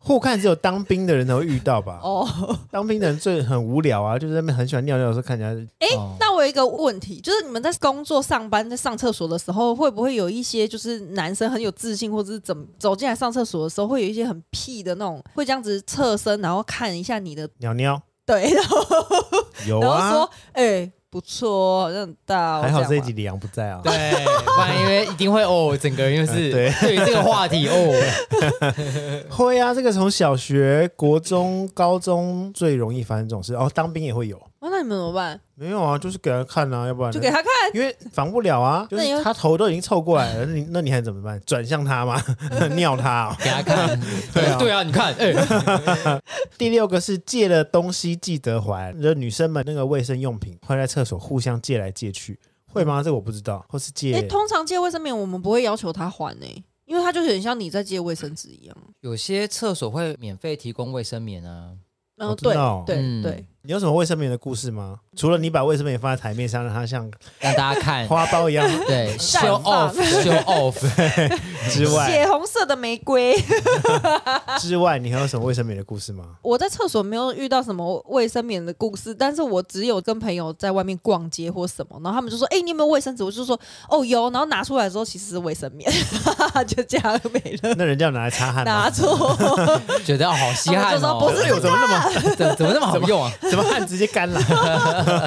Speaker 2: 互看只有当兵的人才会遇到吧？
Speaker 3: 哦。
Speaker 2: 当兵的人最很无聊啊，就是在那边很喜欢尿尿的时候看人家。
Speaker 3: 哎、
Speaker 4: 哦
Speaker 3: 那我有一个问题，就是你们在工作、上班、在上厕所的时候，会不会有一些就是男生很有自信，或者是怎么走进来上厕所的时候，会有一些很屁的那种，会这样子侧身，然后看一下你的
Speaker 2: 尿尿
Speaker 3: 对，然后、
Speaker 2: 有
Speaker 3: 然后
Speaker 2: 啊
Speaker 3: 说，，哎、不错哦，好像很大、哦，
Speaker 2: 还好这一
Speaker 3: 样
Speaker 2: 集
Speaker 3: 吗
Speaker 2: 李阳不在啊。
Speaker 4: 对，不然因为一定会哦，整个人就 是
Speaker 2: 对
Speaker 4: 对于这个话题哦，
Speaker 2: 会啊，这个从小学、国中、高中最容易发生这种事，哦，当兵也会有。
Speaker 3: 哇那你们怎么办？
Speaker 2: 没有啊，就是给他看啊，要不然呢
Speaker 3: 就给他看，
Speaker 2: 因为防不了啊，就
Speaker 3: 那你
Speaker 2: 是
Speaker 3: 要
Speaker 2: 他头都已经凑过来了，那你那你还怎么办？转向他 吗？ 尿他、哦。
Speaker 4: 给他看，
Speaker 2: 对啊
Speaker 4: 对啊，你看，哎，
Speaker 2: 第六个是借了东西记得还，就是女生们那个卫生用品会在厕所互相借来借去，会吗？这个我不知道，或是
Speaker 3: 哎、
Speaker 2: 借
Speaker 3: 通常借卫生棉，我们不会要求他还呢、欸因为他就很像你在借卫生纸一样。
Speaker 4: 有些厕所会免费提供卫生棉啊，
Speaker 3: 然
Speaker 2: 哦
Speaker 3: 后
Speaker 2: 真
Speaker 3: 对、
Speaker 2: 的哦
Speaker 3: 对
Speaker 4: 嗯
Speaker 3: 对，
Speaker 2: 你有什么卫生棉的故事吗？除了你把卫生棉放在台面上，让它像
Speaker 4: 让大家看，
Speaker 2: 花苞一样
Speaker 4: 对
Speaker 3: 绽
Speaker 4: ，show
Speaker 3: 放
Speaker 4: off，show off，
Speaker 2: 之 外，
Speaker 3: 血红色的玫瑰。
Speaker 2: 之外，你还有什么卫生棉的故事 吗？
Speaker 3: 我在厕所没有遇到什么卫生棉的故事，但是我只有跟朋友在外面逛街或什么，然后他们就说：“哎、你有没有卫生纸？”我就说：“哦，有。”然后拿出来的时候其实是卫生棉， 就这样没了。
Speaker 2: 那人家有拿来擦汗
Speaker 3: 拿
Speaker 2: 吗？
Speaker 3: 错，
Speaker 4: 觉得哦好稀
Speaker 3: 他们
Speaker 4: 罕
Speaker 3: 就说
Speaker 4: 哦，
Speaker 3: 不是
Speaker 2: 哎呦，怎么那么
Speaker 4: 怎么怎么那么好用啊？
Speaker 2: 怎么汗直接干 了？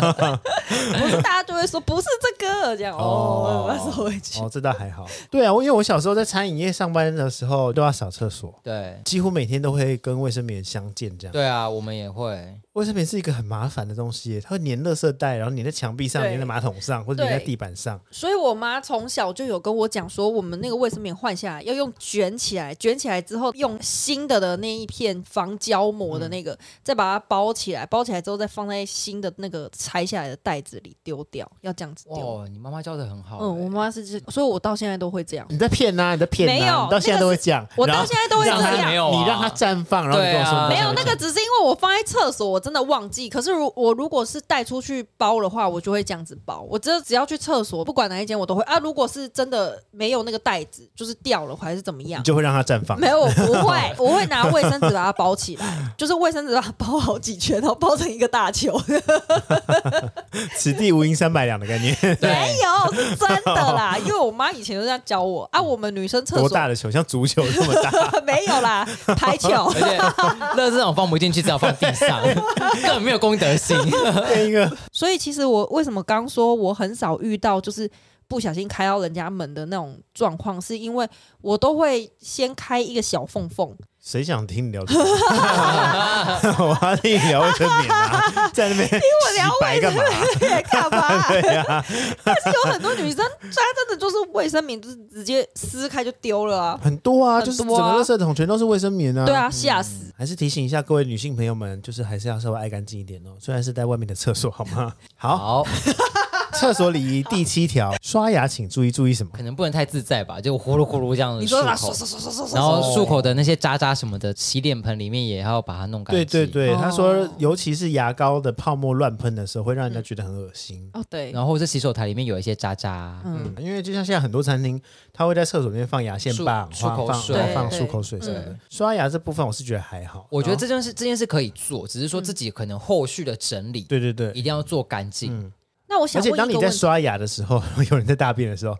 Speaker 3: 不是大家就会说不是这个这样
Speaker 2: 哦
Speaker 3: 哦，把它收回去。
Speaker 2: 哦，这倒还好。对啊，我因为我小时候在餐饮业上班的时候都要扫厕所，
Speaker 4: 对，
Speaker 2: 几乎每天都会跟卫生棉相见这样。
Speaker 4: 对啊，我们也会，
Speaker 2: 卫生棉是一个很麻烦的东西耶，它会粘垃圾袋，然后粘在墙壁上、
Speaker 3: 对
Speaker 2: 粘在马桶上或者粘在
Speaker 3: 对
Speaker 2: 地板上。
Speaker 3: 所以我妈从小就有跟我讲说，我们那个卫生棉换下来要用卷起来，卷起来之后用新的的那一片防胶膜
Speaker 4: 嗯
Speaker 3: 的那个，再把它包起来，包起来之后再放在新的那个拆下来的袋子里丢掉，要这样子丢。
Speaker 4: 哇，哦你妈妈教的很好，欸
Speaker 3: 嗯，我妈是这，所以我到现在都会这样。
Speaker 2: 你在骗啊呐、你在骗呐、
Speaker 3: 没有
Speaker 2: 你到现在都会这样。
Speaker 3: 我
Speaker 2: 然
Speaker 3: 到
Speaker 2: 后
Speaker 3: 现在都会这
Speaker 4: 让她
Speaker 3: 样，
Speaker 4: 没有啊
Speaker 2: 你让它绽放，然后你跟我说
Speaker 4: 对啊
Speaker 2: 你到现
Speaker 3: 没
Speaker 2: 在
Speaker 3: 有
Speaker 2: 会
Speaker 3: 那
Speaker 2: 这
Speaker 3: 个，
Speaker 2: 样
Speaker 3: 只是因为我放在厕所，我真的忘记。可是如我如果是带出去包的话，我就会这样子包。我只只要去厕所，不管哪一间我都会啊。如果是真的没有那个袋子，就是掉了还是怎么样
Speaker 2: 你，就会让它绽放。
Speaker 3: 没有我不会，我会拿卫生纸把它包起来，就是卫生纸把它包好几圈，然后包成一个大 球。
Speaker 2: 此地无银三百两的概念，
Speaker 3: 没有，是真的啦，因为我妈以前就这样教我啊。我们女生 厕
Speaker 2: 多
Speaker 3: 所
Speaker 2: 大的球，像足球这么大，
Speaker 3: 没有啦，排球
Speaker 4: 而。且垃圾桶放不进去，只好放地上，根本没有公 德心。
Speaker 2: 跟一个
Speaker 3: 所以其实我为什么刚说我很少遇到就是不小心开到人家门的那种状况，是因为我都会先开一个小缝缝，
Speaker 2: 谁想听你聊这个？ 我要听你聊卫生棉啊，在那边
Speaker 3: 我聊
Speaker 2: 洗白
Speaker 3: 卫
Speaker 2: 干
Speaker 3: 生
Speaker 2: 嘛？
Speaker 3: 棉干嘛？
Speaker 2: 对呀、
Speaker 3: 但是有很多女生，她真的就是卫生棉就是直接撕开就丢了啊，
Speaker 2: 很多啊，
Speaker 3: 很多啊
Speaker 2: 就是整个垃圾桶全都是卫生棉啊。
Speaker 3: 对啊，吓死！
Speaker 2: 还是提醒一下各位女性朋友们，就是还是要稍微爱干净一点哦。虽然是在外面的厕所，好 吗？好，
Speaker 4: 好，
Speaker 2: 厕所礼仪第七条，刷牙请注意注意什么？
Speaker 4: 可能不能太自在吧，就呼噜呼噜这
Speaker 2: 嗯
Speaker 4: 样子
Speaker 3: 你
Speaker 4: 漱
Speaker 3: 说啦，刷，
Speaker 4: 口
Speaker 3: 刷刷刷刷刷
Speaker 4: 然后漱口的那些渣渣什么的，洗脸盆里面也要把它弄干
Speaker 2: 对
Speaker 4: 净。
Speaker 2: 对对，
Speaker 3: 哦
Speaker 2: 他说，尤其是牙膏的泡沫乱喷的时候，会让人家觉得很恶心。
Speaker 3: 哦，对，
Speaker 4: 然后是洗手台里面有一些渣渣，
Speaker 3: 嗯，
Speaker 2: 因为就像现在很多餐厅，他会在厕所里面放牙线棒、
Speaker 4: 漱漱口
Speaker 2: 放
Speaker 4: 水
Speaker 2: 放放
Speaker 3: 对嗯
Speaker 2: 漱口水什么的
Speaker 4: 对。
Speaker 2: 刷牙这部分我是觉得还好，
Speaker 4: 我觉得
Speaker 2: 然后
Speaker 4: 这件事这件事可以做，只是说自己可能后续的整理，
Speaker 2: 嗯对对对
Speaker 4: 一定要做干净。
Speaker 3: 那我想
Speaker 2: 而且
Speaker 3: 问
Speaker 2: 当
Speaker 3: 一
Speaker 2: 你
Speaker 3: 个
Speaker 2: 在
Speaker 3: 问题，
Speaker 2: 刷牙的时候， 有人在大便的时候，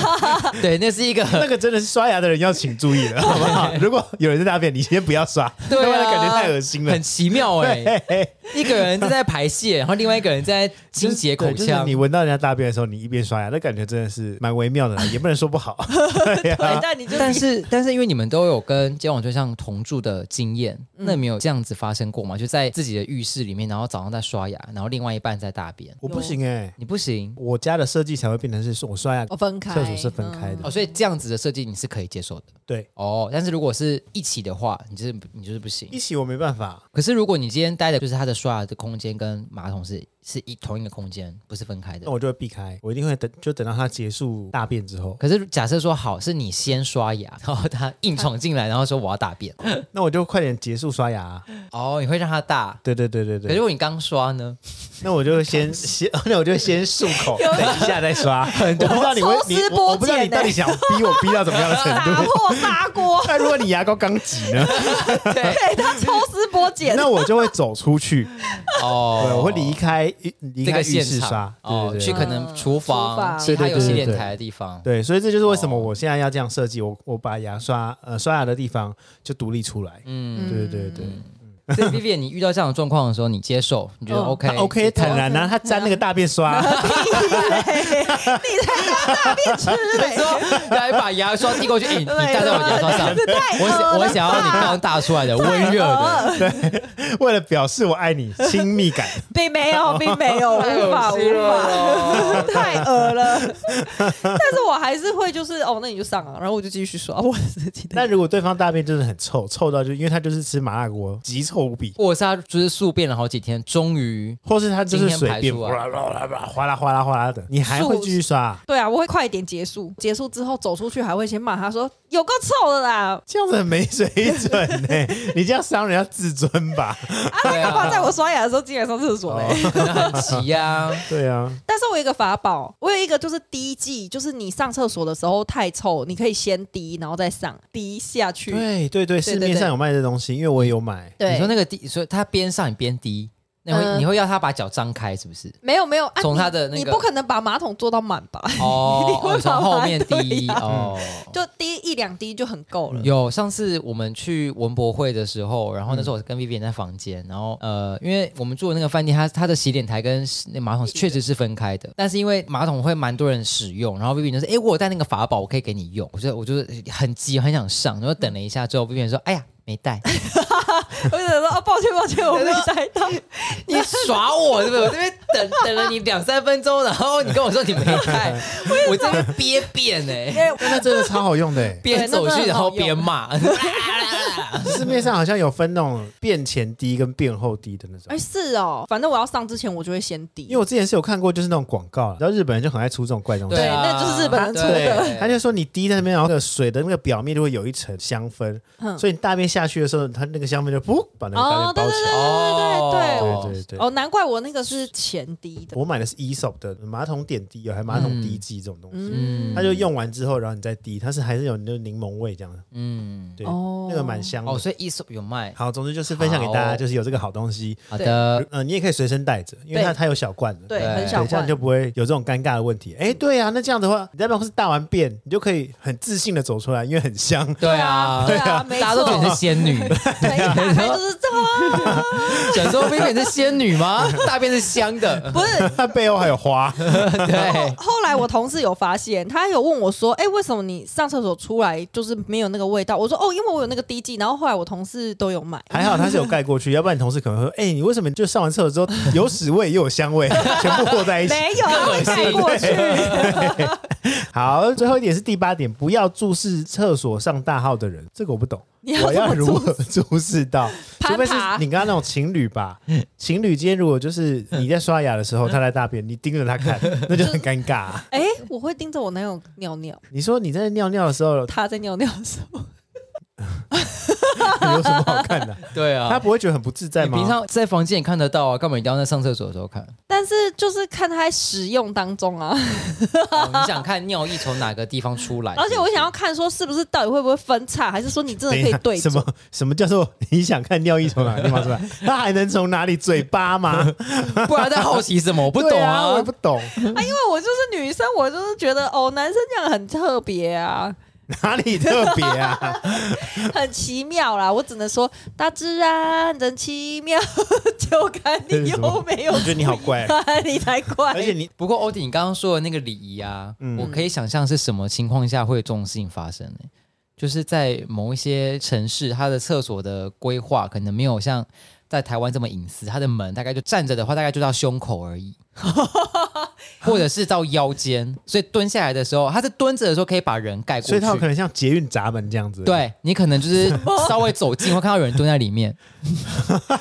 Speaker 4: 对，那是一个
Speaker 2: 嗯 那个真的是刷牙的人要请注 意了，好不好？如果有人在大便，你先不要刷，
Speaker 4: 对啊
Speaker 2: 要不然感觉太恶心了。
Speaker 4: 很奇妙 哎、
Speaker 2: 嘿嘿
Speaker 4: 一个人正在排泄，然后另外一个人在清洁口
Speaker 2: 对就是
Speaker 4: 腔
Speaker 2: 你。闻到人家大便的时候，你一边刷牙，那感觉真的是蛮微妙的 啦，也不能说不好。对
Speaker 3: 对，
Speaker 2: 啊，
Speaker 3: 但你就
Speaker 4: 但是，但是因为你们都有跟交往对象同住的经验，
Speaker 2: 嗯
Speaker 4: 那你们有这样子发生过吗？就在自己的浴室里面，然后早上在刷牙，然后另外一半在大便。
Speaker 2: 我不行哎、
Speaker 4: 你不行
Speaker 2: 我家的设计才会变成是说我刷牙
Speaker 3: 哦，分开，
Speaker 2: 厕所是分开的
Speaker 4: 哦，所以这样子的设计你是可以接受的
Speaker 2: 对
Speaker 4: 哦。但是如果是一起的话，你就是你就是不行
Speaker 2: 一。起我没办法，
Speaker 4: 可是如果你今天待的就是它的刷牙的空间跟马桶是是一同一个空间，不是分开的
Speaker 2: 那。我就会避开，我一定会等，就等到它结束大便之后，
Speaker 4: 可是假设说好是你先刷牙， 然后他硬闯进来，然后说我要 大便，
Speaker 2: 那我就快点结束刷牙啊、
Speaker 4: 哦，你会让他大。
Speaker 2: 对对对对
Speaker 4: 可是
Speaker 2: 对
Speaker 4: 如，果你刚刷呢？
Speaker 2: 那我就先先， 那我就先漱口，
Speaker 4: 啊
Speaker 2: 等一下再刷。我不知道你会
Speaker 3: 抽丝
Speaker 2: 你，我我不知道
Speaker 3: 剥茧
Speaker 2: 你到底想逼我逼到怎么样的 程
Speaker 3: 打
Speaker 2: 度。
Speaker 3: 破砂锅
Speaker 2: ，那如果你牙膏刚挤呢？
Speaker 3: 对他抽丝剥茧。
Speaker 2: 那我就会走出去，
Speaker 4: 哦，
Speaker 2: 对，我会离开离
Speaker 4: 这
Speaker 2: 开
Speaker 4: 个
Speaker 2: 浴
Speaker 4: 现
Speaker 2: 室
Speaker 4: 场
Speaker 2: 刷，对
Speaker 4: 哦，
Speaker 2: 对
Speaker 4: 去
Speaker 2: 对。
Speaker 4: 可能厨
Speaker 3: 厨
Speaker 4: 房、
Speaker 3: 房
Speaker 4: 其他
Speaker 2: 对对
Speaker 4: 有
Speaker 2: 对
Speaker 4: 洗
Speaker 2: 对
Speaker 4: 脸
Speaker 2: 对
Speaker 4: 台的地方。
Speaker 2: 对，所以这就是为什么
Speaker 4: 哦
Speaker 2: 我现在要这样设计，我我把牙刷呃刷牙的地方就独立出来。
Speaker 4: 嗯，
Speaker 2: 对对对，
Speaker 4: 所以 Vivian，你遇到这样的状况的时候，你接受，你觉得
Speaker 3: 嗯
Speaker 4: OK？
Speaker 2: 他 OK 坦然啊，他沾那个大便刷，
Speaker 3: 你才当大便吃嘞！
Speaker 4: 说，来把牙刷递过 去，哎你搭在我牙刷上，
Speaker 2: 啊
Speaker 3: 这太
Speaker 4: 我想我想要你刚大出来的温热的，
Speaker 3: 的，
Speaker 2: 为了表示我爱你，亲密 感。
Speaker 3: 并没有，并没有， 无法
Speaker 4: 太恶心
Speaker 3: 无法，
Speaker 4: 了
Speaker 3: 太恶了。但是我还是会就是哦，那你就上啊，然后我就继续刷我自己的
Speaker 2: 那。如果对方大便真的很臭，臭到就因为他就是吃麻辣锅，极臭无比，
Speaker 4: 或者是他就是宿便了好几天，终于
Speaker 2: 或是他就是水便
Speaker 4: 今天排
Speaker 2: 哗啦
Speaker 4: 出
Speaker 2: 哗啦哗啦哗啦哗啦哗啦的，你还会继续刷？
Speaker 3: 对啊，我会快一点结束，结束之后走出去还会先骂他说有够臭的啦，
Speaker 2: 这样子很没水准呢、 你这样伤人家自尊吧？
Speaker 3: 啊，那个放在我刷牙的时候进来上厕所嘞。
Speaker 2: 哦
Speaker 4: 可能很急啊，
Speaker 2: 对啊，
Speaker 3: 但是我有一个法宝，我有一个就是滴剂，就是你上厕所的时候太臭，你可以先滴，然后再上滴下去。
Speaker 2: 对对对，市面上有卖这东西，因为我也有买。
Speaker 3: 对
Speaker 4: 你说那个滴，所以他边上你边滴，那会
Speaker 3: 嗯
Speaker 4: 你会要他把脚张开是不 是？
Speaker 3: 没有没有，啊
Speaker 4: 从
Speaker 3: 你
Speaker 4: 他的那个
Speaker 3: 你不可能把马桶做到满吧？
Speaker 4: 哦，
Speaker 3: 你会
Speaker 4: 哦从
Speaker 3: 把
Speaker 4: 后
Speaker 3: 它
Speaker 4: 面
Speaker 3: 对
Speaker 4: 滴
Speaker 3: 呀
Speaker 4: 哦，
Speaker 3: 就滴一两滴就很够了。
Speaker 4: 有上次我们去文博会的时候，然后那时候我跟 Vivian 在房间，然后呃，因为我们住的那个饭店，它它的洗脸台跟那马桶确实是分开的，但是因为马桶会蛮多人使用，然后 Vivian 就说：“哎、我有带那个法宝，我可以给你用。”我就我就是很急，很想上，然后等了一下之后，Vivian 说：“哎呀，没带，
Speaker 3: 我就想说，哦，抱歉抱歉，我没带到。
Speaker 4: 你耍我对不对？我这边等等了你两三分钟，然后你跟我说你没 带，我这边憋便哎、，
Speaker 3: 因为
Speaker 2: 但它嗯真的超好用的、欸
Speaker 4: 边走去然后边骂。 啊
Speaker 2: 市面上好像有分那种便前滴跟便后滴的那种
Speaker 3: 哎，。是哦，反正我要上之前我就会先滴，
Speaker 2: 因为我之前是有看过，就是那种广告，然后日本人就很爱出这种怪东西。
Speaker 3: 对啊那就是日本人出的
Speaker 4: 对
Speaker 2: 他就说你滴在那边，然后那个水的那个表面就会有一层香氛，
Speaker 3: 嗯
Speaker 2: 所以你大便下去的时候，它那个香氛就噗把那个大
Speaker 3: 哦，
Speaker 2: 便包
Speaker 3: 对对
Speaker 2: 起
Speaker 3: 对
Speaker 2: 来。
Speaker 4: 哦
Speaker 3: 对对
Speaker 2: 对对对
Speaker 3: 对，哦，难怪我那个是前滴的，
Speaker 2: 我买的是 ESOP 的马桶点滴油，还马桶滴剂这种东西，
Speaker 4: 嗯
Speaker 2: 它就用完之后，然后你再滴，它是还是有那个柠檬味这样的，
Speaker 4: 嗯，
Speaker 2: 对，
Speaker 3: 哦
Speaker 2: 那个蛮香的。
Speaker 4: 哦，所以 e s o 有卖。
Speaker 2: 好，总之就是分享给大家，
Speaker 4: 好
Speaker 2: 就是有这个好东西，
Speaker 4: 好的，
Speaker 2: 呃，你也可以随身带着，因为它
Speaker 3: 对
Speaker 2: 它有小罐的，
Speaker 3: 对，
Speaker 4: 对
Speaker 3: 很小
Speaker 2: 对，这样
Speaker 3: 罐
Speaker 2: 你就。不会有这种尴尬的问题。哎，对啊，那这样的话，你在办公室大完便，你就可以很自信的走出来，因为很香。
Speaker 4: 对啊，
Speaker 3: 对啊，没
Speaker 4: 大家都觉得你是
Speaker 3: 错，
Speaker 4: 仙女，
Speaker 3: 对，一打开就是这么，
Speaker 4: 想说冰冰是仙女 吗？大便是香的，
Speaker 3: 不是
Speaker 2: 它背后还有花，哎
Speaker 4: 对，
Speaker 3: 后来我同事有发现，他有问我说：“哎、为什么你上厕所出来就是没有那个味道？”我说：“哦，因为我有那个滴剂。”然后后来我同事都有买，
Speaker 2: 还好它是有盖过去，要不然你同事可能会说：“哎，你为什么就上完厕所之后有屎味又有香味， 全部和在一起？”
Speaker 3: 没有他会带过 去。
Speaker 2: 好，最后一点是第八点，不要注视厕所上大号的人，这个我不懂。
Speaker 3: 你要
Speaker 2: 我
Speaker 3: 怎
Speaker 2: 要
Speaker 3: 么
Speaker 2: 如何注视到？除
Speaker 3: 攀
Speaker 2: 非是
Speaker 3: 爬
Speaker 2: 你刚刚那种情侣吧，情侣间如果就是你在刷牙的时候，他在大便，你盯着他 看，那就很尴尬啊、
Speaker 3: 哎、我会盯着我男友尿尿，
Speaker 2: 你说你在尿尿的时候，
Speaker 3: 他在尿尿的时候，
Speaker 2: 你有什么好看的？
Speaker 4: 对
Speaker 2: 他
Speaker 4: 啊。
Speaker 2: 不会觉得很不自在
Speaker 4: 你
Speaker 2: 吗？
Speaker 4: 平常在房间也看得到啊，干嘛一定要在上厕所的时候看？
Speaker 3: 但是就是看他在使用当中啊，
Speaker 2: 哎
Speaker 4: 哦你想看尿意从哪个地方出来？
Speaker 3: 而且我想要
Speaker 4: 是
Speaker 3: 看说是不是到底会不会分叉，还是说你真的
Speaker 2: 等一
Speaker 3: 可以
Speaker 2: 下
Speaker 3: 对
Speaker 2: 什
Speaker 3: 准？
Speaker 2: 么什么叫做你想看尿意从哪个地方出来？ 他还能从哪里？嘴巴吗？
Speaker 4: 不是，不然在好奇什么？我不
Speaker 2: 对
Speaker 4: 懂
Speaker 2: 啊，我也
Speaker 4: 啊
Speaker 2: 不。懂，
Speaker 3: 啊，因为我就是女生，我就是觉得哦，男生这样很特别啊。
Speaker 2: 哪里特别 啊？
Speaker 3: 很奇妙啦，我只能说大自然真奇妙， 就看你有没有
Speaker 2: 我觉得你好 怪，
Speaker 3: 看你才怪。
Speaker 2: 而且你
Speaker 4: 不过欧弟，你刚刚说的那个礼仪啊，
Speaker 2: 嗯
Speaker 4: 我可以想象是什么情况下会有这种事情发生呢、欸就是在某一些城市，它的厕所的规划可能没有像在台湾这么隐私，它的门大概就站着的话，大概就到胸口 而已，或者是到腰间，所以蹲下来的时候，它是蹲着的时候可以把人盖过去，
Speaker 2: 所以它有可能像捷运闸门这样子。，
Speaker 4: 对你可能就是稍微走近，会看到有人蹲在里 面，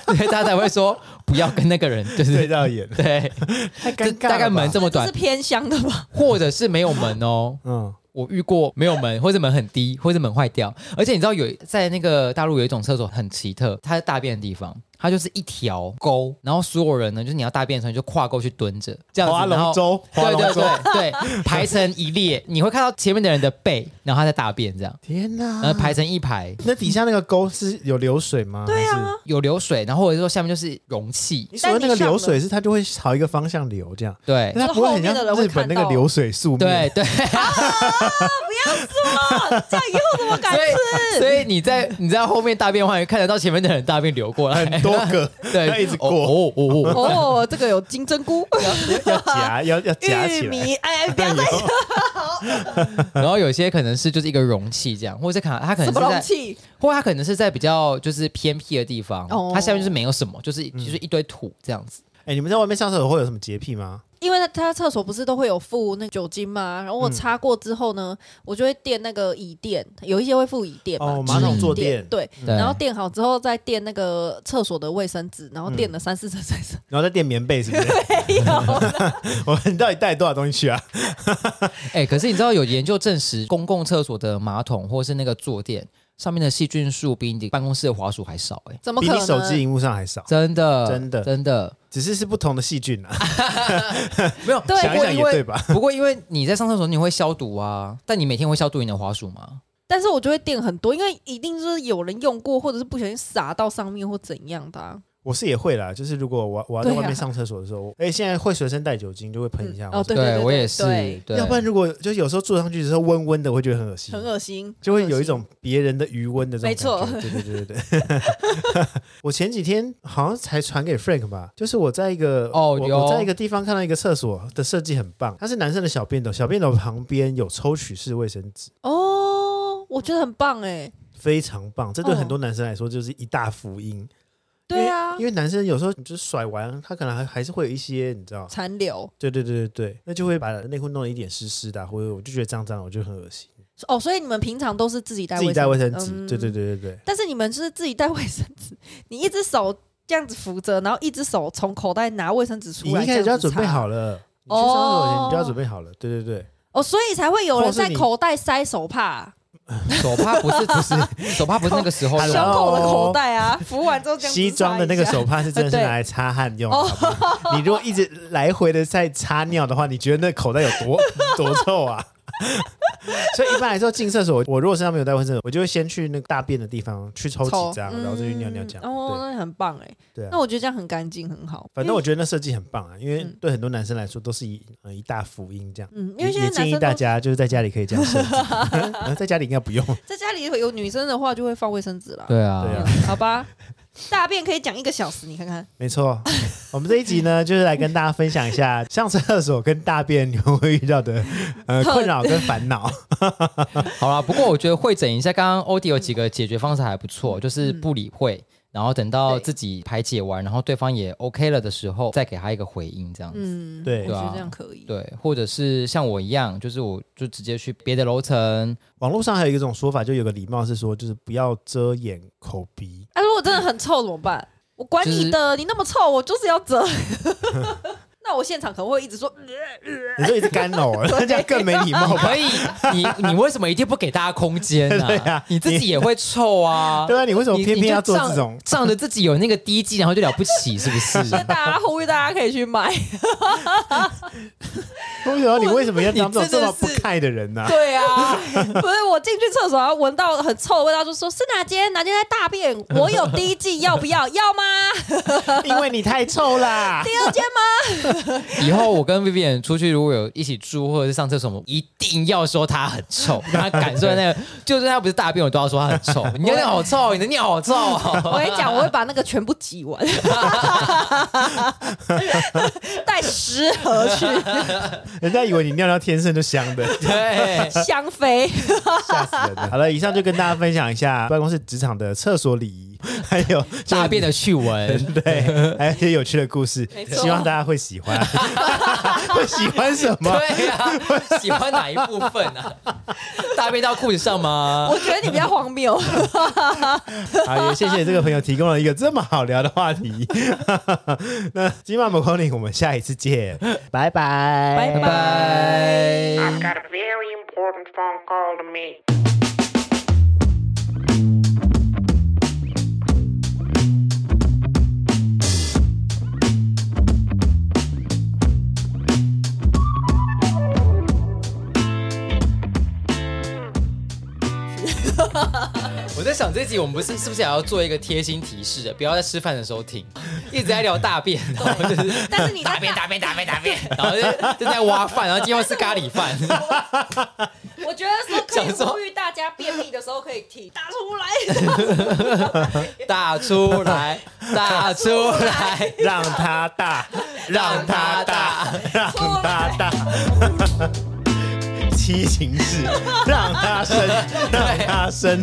Speaker 4: 对，大家才会说不要跟那个人，就是
Speaker 2: 对到眼，
Speaker 4: 对，
Speaker 2: 太尴尬
Speaker 4: 这
Speaker 2: 了吧。
Speaker 4: 大概门这么短
Speaker 3: 是，偏 香的吧？
Speaker 4: 或者是没有门哦。
Speaker 2: 嗯，
Speaker 4: 我遇过没有门，或者门很低，或者门坏掉。而且你知道有在那个大陆有一种厕所很奇特，它是大便的地方，它就是一条沟，然后所有人呢，就是你要大便的时候你就跨过去蹲着，这样子，
Speaker 2: 划
Speaker 4: 然后
Speaker 2: 龙舟，划
Speaker 4: 对
Speaker 2: 龙
Speaker 4: 对
Speaker 2: 舟，
Speaker 4: 对对，排成一列，你会看到前面的人的背，然后他在大便这样，
Speaker 2: 天哪！
Speaker 4: 然后排成一排，
Speaker 2: 那底下那个沟是有流水吗？对 啊，
Speaker 4: 有流水，然后或者说下面就是容器，
Speaker 2: 你所谓那个流水是它就会朝一个方向流这样，
Speaker 4: 对
Speaker 2: 但它不会很像日本那个流水素面。
Speaker 4: 对，对，
Speaker 3: 啊这样以后怎么敢
Speaker 4: 所以
Speaker 3: 吃？
Speaker 4: 所以你在你在后面大便的话，你看得到前面的人大便流过来，
Speaker 2: 很多个要
Speaker 4: 对，
Speaker 2: 一直
Speaker 4: 哦
Speaker 2: 过，
Speaker 4: 哦哦 哦，
Speaker 3: 哦，这个有金针菇、
Speaker 2: 要 夹， 要要夹起
Speaker 3: 玉
Speaker 2: 来。
Speaker 3: 米，哎，不要再
Speaker 4: 然后有些可能是就是一个容器这样，或者是看它可
Speaker 3: 什
Speaker 4: 能
Speaker 3: 么
Speaker 4: 是
Speaker 3: 容
Speaker 4: 在，
Speaker 3: 器，
Speaker 4: 或者它可能是在比较就是偏僻的地方，
Speaker 3: 哦
Speaker 4: 它下面就是没有什么，就是
Speaker 2: 嗯
Speaker 4: 就是一堆土这样子。
Speaker 2: 哎，你们在外面上厕所会有什么洁癖吗？
Speaker 3: 因为他厕所不是都会有附那酒精吗？然后
Speaker 2: 嗯
Speaker 3: 我擦过之后呢，我就会垫那个椅垫，啊有一些会附椅垫嘛，
Speaker 2: 哦
Speaker 3: 就是
Speaker 4: 马桶
Speaker 3: 椅
Speaker 2: 坐垫
Speaker 3: 垫，对。
Speaker 4: 对
Speaker 3: 然后垫好之后，再垫那个厕所的卫生纸，然后
Speaker 2: 嗯
Speaker 3: 垫了三四层、三四层，
Speaker 2: 然后再垫棉被是不 是？
Speaker 3: 没 有。
Speaker 2: 我们到底带多少东西去啊？
Speaker 4: 哎、可是你知道有研究证实，公共厕所的马桶或是那个坐垫上面的细菌数比你的办公室的滑鼠还少、哎，
Speaker 3: 怎么
Speaker 2: 比
Speaker 3: 可
Speaker 2: 你
Speaker 3: 能？
Speaker 2: 手机荧幕上还少，
Speaker 4: 真的，
Speaker 2: 真的
Speaker 4: 真的
Speaker 2: 只是是不同的细菌啊。
Speaker 4: 没有。
Speaker 3: 对
Speaker 2: 想一
Speaker 4: 不过
Speaker 2: 想
Speaker 4: 因
Speaker 2: 也
Speaker 4: 为
Speaker 2: 对吧？
Speaker 4: 不过因为你在上厕所你会消毒啊，但你每天会消毒你的滑鼠吗？
Speaker 3: 但是我就会垫很多，因为一定就是有人用过，或者是不小心洒到上面或怎样的、啊。
Speaker 2: 我是也会啦，就是如果我我要在
Speaker 3: 对啊
Speaker 2: 外面上厕所的时候，哎，现在会随身带酒精，就会喷一下
Speaker 3: 嗯
Speaker 2: 或
Speaker 3: 哦
Speaker 2: 者。
Speaker 3: 对对对
Speaker 4: 我也是
Speaker 3: 对，
Speaker 4: 对
Speaker 2: 要不然如果就有时候坐上去的时候温温的，会觉得很恶心，
Speaker 3: 很恶心，
Speaker 2: 就会有一
Speaker 3: 很恶心
Speaker 2: 种别人的余温的这种感觉。
Speaker 3: 没
Speaker 2: 对对对对对。 我前几天好像才传给 Frank 吧，就是我在一个
Speaker 4: 哦
Speaker 2: 我
Speaker 4: 有
Speaker 2: 我在一个地方看到一个厕所的设计很棒，它是男生的小便斗，小便斗旁边有抽取式卫生纸。
Speaker 3: 哦，我觉得很棒哎、
Speaker 2: 非常棒，这对
Speaker 3: 哦
Speaker 2: 很多男生来说就是一大福音。
Speaker 3: 对啊
Speaker 2: 因为，因为男生有时候你就是甩完，他可能还还是会有一些，你知道，
Speaker 3: 残留
Speaker 2: 对对对对对，那就会把内裤弄得一点湿湿的啊、或者我就觉得脏脏的，我就很恶心。
Speaker 3: 哦，所以你们平常都是自己带
Speaker 2: 自己带卫生纸，
Speaker 3: 嗯
Speaker 2: 对对对对对，
Speaker 3: 但是你们就是自己带卫生纸， 你一只手这样子扶着，然后一只手从口袋拿卫生纸出
Speaker 2: 你
Speaker 3: 来，
Speaker 2: 一开始
Speaker 3: 这
Speaker 2: 就要
Speaker 3: 样子
Speaker 2: 准备
Speaker 3: 擦
Speaker 2: 好了，你去上厕所前
Speaker 3: 哦
Speaker 2: 你就要准备好了，对对对，
Speaker 3: 哦，所以才会有人
Speaker 2: 或
Speaker 3: 在
Speaker 2: 是你
Speaker 3: 口袋塞手帕，
Speaker 4: 手帕不是不 是手帕不是那个时候
Speaker 2: 哎
Speaker 3: 胸
Speaker 2: 呦
Speaker 4: 用，
Speaker 3: 口的口袋啊，扶完之后这样子
Speaker 2: 西装的那个
Speaker 3: 擦一下，
Speaker 2: 手帕是真的是拿来擦汗用的，好不好你如果一直来回的在擦尿的话，你觉得那口袋有多多臭啊？ 所以一般来说进厕所，我如果身上没有带卫生纸，我就会先去那个大便的地方去抽
Speaker 3: 抽
Speaker 2: 几张，然后再去尿尿这样。
Speaker 3: 嗯哦，那很棒哎，
Speaker 2: 对对
Speaker 3: 那
Speaker 2: 啊，
Speaker 3: 我觉得这样很干净，很好。
Speaker 2: 反正我觉得那设计很棒啊，因为
Speaker 3: 嗯
Speaker 2: 对很多男生来说都是一呃一大福音这样。
Speaker 3: 嗯，因
Speaker 2: 也
Speaker 3: 为现在
Speaker 2: 也建
Speaker 3: 男
Speaker 2: 议
Speaker 3: 生
Speaker 2: 大
Speaker 3: 都
Speaker 2: 家就是在家里可以这样设 计，呃在家里应该不用。
Speaker 3: 在家里有女生的话，就会放卫生纸啦。
Speaker 4: 对啊，
Speaker 2: 对啊
Speaker 3: 嗯，好吧，大便可以讲一个小时，你看看。
Speaker 2: 没错， 我们这一集呢，就是来跟大家分享一下上厕所跟大便你们会遇到的呃困扰跟烦恼。
Speaker 4: 好啦，不过我觉得会诊一下，刚刚欧迪有几个解决方式还
Speaker 2: 嗯
Speaker 4: 不错，就是不理会，然后等到自己排解完，然后对方也 OK 了的时候，再给他一个回应，这样子。
Speaker 3: 嗯，
Speaker 2: 对
Speaker 3: 我觉
Speaker 4: 对啊
Speaker 3: 得这样可以。
Speaker 4: 对，或者是像我一样，就是我就直接去别的 楼层，
Speaker 2: 网络上还有一种说法，就有个礼貌是说，就是不要遮掩口鼻。
Speaker 3: 啊，如果真的很臭怎么办？我管
Speaker 4: 就
Speaker 3: 你
Speaker 4: 是
Speaker 3: 的，你那么臭，我就是要折。 那我现场可能会一直说，呃
Speaker 2: 你说一直干呕， 那这样更没礼貌吧？
Speaker 4: 可以，你你为什么一定不给大家空间 呢、
Speaker 2: 对啊
Speaker 4: 你自己也会臭 啊。
Speaker 2: 对啊，你为什么
Speaker 4: 你
Speaker 2: 偏
Speaker 4: 你
Speaker 2: 偏
Speaker 4: 就
Speaker 2: 要做
Speaker 4: 仗
Speaker 2: 这种？
Speaker 4: 仗着自己有那个低级，然后就了不起，是不是？
Speaker 3: 那大家呼吁大家可以去买。
Speaker 2: 为什么你为什么要当这种
Speaker 4: 你
Speaker 2: 这
Speaker 4: 真的
Speaker 2: 么
Speaker 4: 是
Speaker 2: 不开的人呢、
Speaker 3: 对啊，不是我进去厕所，然后闻到很臭的味道，就说是哪间哪间在大便，我有第一季，要不要？要吗？
Speaker 2: 因为你太臭 啦！
Speaker 3: 第二间吗？
Speaker 4: 以后我跟 Vivian 出去，如果有一起住或者是上厕所，我们一定要说他很臭，让他感受那个，就算他不是大便，我都要说他很臭。你的尿好臭，你的尿好臭 哦。
Speaker 3: 我跟你讲，我会把那个全部挤完，带十盒去
Speaker 2: 人家以为你尿尿天生就香 的，
Speaker 4: 对，
Speaker 3: 香妃。
Speaker 2: 吓死人了。好了，以上就跟大家分享一下办公室职场的厕所礼仪。还有。
Speaker 4: 大便的趣闻
Speaker 2: 对，还有一些有趣的故事
Speaker 3: 没，错
Speaker 2: 希望大家会喜 欢。会喜欢什么？
Speaker 4: 对啊，喜欢哪一部分啊？大便到裤子上吗？
Speaker 3: 我觉得你比较荒谬。
Speaker 2: 好，也谢谢这个朋友提供了一个这么好聊的话题。 那今晚某空灵，我们下一次见，拜拜，拜
Speaker 3: 拜
Speaker 4: 拜。
Speaker 1: I've got a very important phone call to make.
Speaker 4: 我在想这集我们不是是不是也要做一个贴心提示的，不要在吃饭的时候听，一直在聊大便，然后就是
Speaker 3: 但是你
Speaker 4: 大
Speaker 3: 在
Speaker 4: 便大便大便大便，然后就就在挖饭，然后今天又吃咖喱饭，
Speaker 3: 我觉得说可以
Speaker 4: 想说
Speaker 3: 呼吁大家便秘的时候可以提打出来，
Speaker 4: 大出来大出来，
Speaker 2: 让它大，让它大，让它大。 七情事，让它生，让它生。